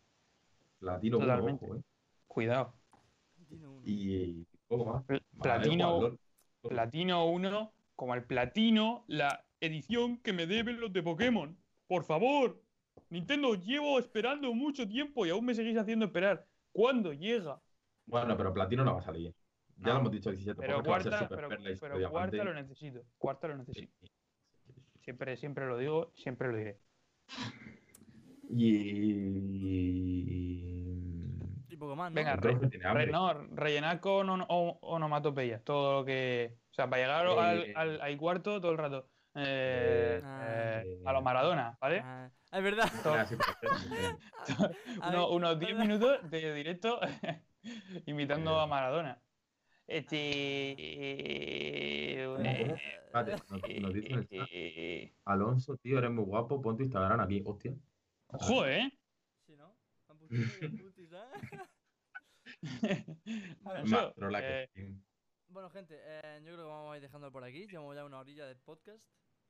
Speaker 3: Platino 1,
Speaker 2: Totalmente.
Speaker 3: ojo, ¿eh?
Speaker 2: Cuidado.
Speaker 1: Tiene uno.
Speaker 3: Y poco más.
Speaker 2: Pl-
Speaker 3: Vale,
Speaker 2: Platino-
Speaker 3: igual, LOL.
Speaker 2: Platino 1, como el Platino, la edición que me deben los de Pokémon. Por favor, Nintendo, llevo esperando mucho tiempo y aún me seguís haciendo esperar. ¿Cuándo llega?
Speaker 3: Bueno, pero platino no va a salir. Ya
Speaker 2: No.
Speaker 3: lo hemos dicho 17
Speaker 2: Pero
Speaker 3: porque va a ser
Speaker 2: cuarta,
Speaker 3: Super
Speaker 2: pero,
Speaker 3: Perla y Super
Speaker 2: pero
Speaker 3: Diamante.
Speaker 2: cuarta lo necesito. Cuarta lo necesito. Siempre, siempre lo digo, siempre lo diré.
Speaker 3: Y...
Speaker 1: Y poco más, ¿no?
Speaker 2: Venga,
Speaker 3: Entonces,
Speaker 2: re-
Speaker 3: tiene hambre.
Speaker 2: re- no, rellenar con ono- o- onomatopeyas. Todo lo que. O sea, para llegar al,
Speaker 3: Eh.
Speaker 2: al- al cuarto todo el rato. Eh,
Speaker 1: Ah.
Speaker 2: eh, a los Maradona, ¿vale?
Speaker 1: Ah, es verdad.
Speaker 3: Era así, pero-
Speaker 1: A
Speaker 2: Uno-
Speaker 1: ver,
Speaker 2: unos 10
Speaker 1: ¿verdad?
Speaker 2: minutos de directo imitando
Speaker 3: Eh.
Speaker 2: a Maradona. Este. eh,
Speaker 3: Eh, Espérate, nos, nos dicen el chat. Alonso, tío, eres muy guapo. Pon tu Instagram aquí. Hostia.
Speaker 2: Ojo, ¿eh?
Speaker 1: Sí, ¿no? Han puesto ahí el putis, ¿eh?
Speaker 2: Alonso,
Speaker 3: Más trola que
Speaker 2: eh,
Speaker 3: sí.
Speaker 1: Bueno, gente, eh, yo creo que vamos a ir dejando por aquí. Llevamos ya una horilla de podcast.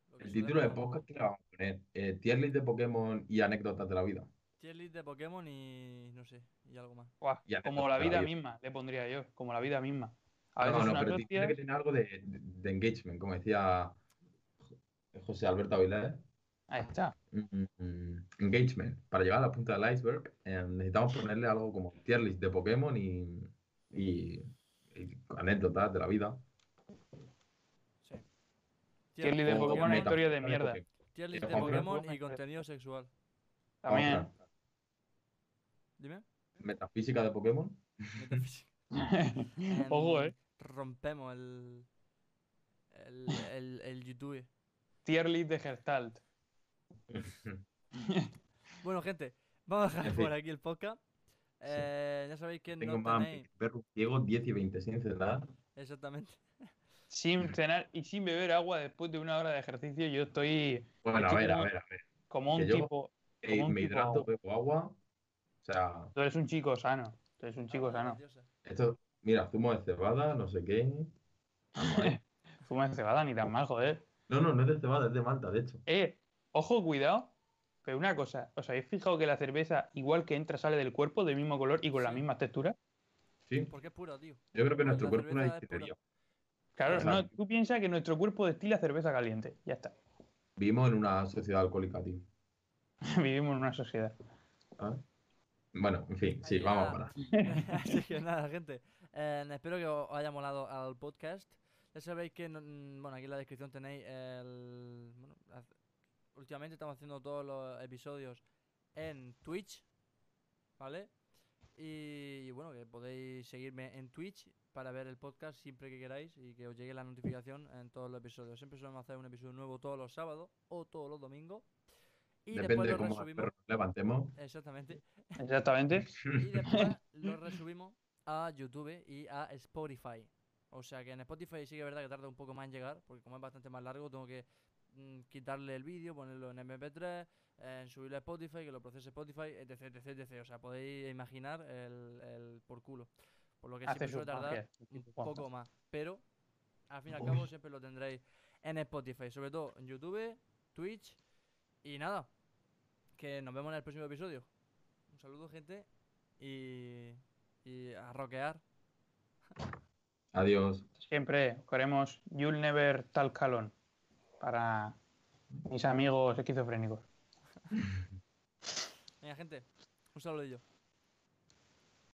Speaker 1: Lo que
Speaker 3: El
Speaker 1: solemos-
Speaker 3: título de podcast que le vamos a poner. Eh, tier list de Pokémon y anécdotas de la vida.
Speaker 1: Tier list de Pokémon y no sé, y algo más.
Speaker 2: buah,
Speaker 3: Ya,
Speaker 2: como la
Speaker 3: ya,
Speaker 2: vida
Speaker 3: ya.
Speaker 2: misma, le pondría yo. Como la vida misma. A
Speaker 3: No,
Speaker 2: veces
Speaker 3: no,
Speaker 2: una
Speaker 3: pero tiene que
Speaker 2: hostia.
Speaker 3: tener algo de, de- de engagement, como decía José Alberto Avilés.
Speaker 2: Ahí está.
Speaker 3: Mm, mm, Engagement. Para llegar a la punta del iceberg, eh, necesitamos ponerle algo como tier list de Pokémon y, y- y anécdotas de la vida.
Speaker 1: Sí.
Speaker 2: Tier list de
Speaker 3: O- o
Speaker 2: Pokémon,
Speaker 3: metas
Speaker 2: historia de
Speaker 3: de
Speaker 2: mierda.
Speaker 3: Pokémon.
Speaker 1: Tier list
Speaker 3: de
Speaker 1: de
Speaker 3: Pokémon.
Speaker 1: Pokémon y contenido sexual.
Speaker 2: También.
Speaker 3: Otra,
Speaker 1: Dime.
Speaker 3: Metafísica de Pokémon.
Speaker 1: Metafísica.
Speaker 2: Ojo,
Speaker 1: Em,
Speaker 2: ¿eh?
Speaker 1: Rompemos el. El, el, el YouTube.
Speaker 2: Tier list de Gestalt.
Speaker 1: Bueno, gente, vamos a dejar
Speaker 3: En
Speaker 1: por
Speaker 3: fin.
Speaker 1: aquí el podcast. Eh, Ya sabéis que
Speaker 3: Tengo
Speaker 1: no
Speaker 3: más
Speaker 1: tenéis.
Speaker 3: perros ciegos, 10 y 20 sin cenar.
Speaker 1: Exactamente.
Speaker 2: Sin cenar y sin beber agua después de una hora de ejercicio, yo estoy
Speaker 3: Bueno, a
Speaker 2: Aquí
Speaker 3: ver, a
Speaker 2: tengo-
Speaker 3: ver, a ver.
Speaker 2: como
Speaker 3: Que
Speaker 2: un
Speaker 3: yo-
Speaker 2: tipo.
Speaker 3: Eh,
Speaker 2: Como un
Speaker 3: me
Speaker 2: tipo
Speaker 3: hidrato,
Speaker 2: agua.
Speaker 3: bebo agua. O sea,
Speaker 2: Tú eres un chico sano. Tú eres un chico
Speaker 1: Ah,
Speaker 2: sano.
Speaker 1: diosa.
Speaker 3: esto, mira, zumo de cebada, no sé qué.
Speaker 1: eh.
Speaker 2: Fuma de cebada, ni tan mal, joder.
Speaker 3: No, no, no es de cebada, es de Malta, de hecho.
Speaker 2: Eh, ojo, cuidado. Pero una cosa, ¿os habéis fijado que la cerveza, igual que entra, sale del cuerpo, del mismo color y con la
Speaker 1: Sí.
Speaker 2: misma textura?
Speaker 3: Sí,
Speaker 1: Porque es pura, tío.
Speaker 3: yo creo que nuestro
Speaker 1: la
Speaker 3: cuerpo es una
Speaker 1: cerveza es pura.
Speaker 3: distillería.
Speaker 2: Claro,
Speaker 3: Exacto.
Speaker 2: no, tú piensas que nuestro cuerpo destila cerveza caliente. Ya está.
Speaker 3: Vivimos en una sociedad alcohólica, tío.
Speaker 2: Vivimos en una sociedad.
Speaker 3: ¿Ah? Bueno, en fin, sí,
Speaker 1: Ahí
Speaker 3: vamos
Speaker 1: ya.
Speaker 3: a parar.
Speaker 1: Así que nada, gente. eh, espero que os haya molado al podcast. Ya sabéis que, no- mm, bueno, aquí en la descripción tenéis el... Bueno, haz- últimamente estamos haciendo todos los episodios en Twitch, ¿vale? Y, y bueno, que podéis seguirme en Twitch para ver el podcast siempre que queráis y que os llegue la notificación en todos los episodios. Siempre solemos hacer un episodio nuevo todos los sábados o todos los domingos. Y
Speaker 3: Depende
Speaker 1: después
Speaker 3: de
Speaker 1: lo
Speaker 3: cómo
Speaker 1: resubimos.
Speaker 3: nos levantemos.
Speaker 1: Exactamente.
Speaker 2: Exactamente.
Speaker 1: Y después lo resubimos a YouTube y a Spotify. O sea que en Spotify sí que es verdad que tarda un poco más en llegar, porque como es bastante más largo, tengo que mm, quitarle el vídeo, ponerlo en MP3, eh, subirlo a Spotify, que lo procese Spotify, etc, etc, etc. O sea, podéis imaginar el, el por culo. Por lo que siempre
Speaker 2: Hace sus
Speaker 1: pues suele tardar
Speaker 2: magias.
Speaker 1: un poco más. Pero, al fin y al cabo, siempre lo tendréis en Spotify, sobre todo en YouTube, Twitch y nada. Que nos vemos en el próximo episodio. Un saludo, gente, y, y a rockear.
Speaker 3: Adiós.
Speaker 2: Siempre os queremos You'll Never Tal Calón para mis amigos esquizofrénicos.
Speaker 1: Venga, gente, un saludillo.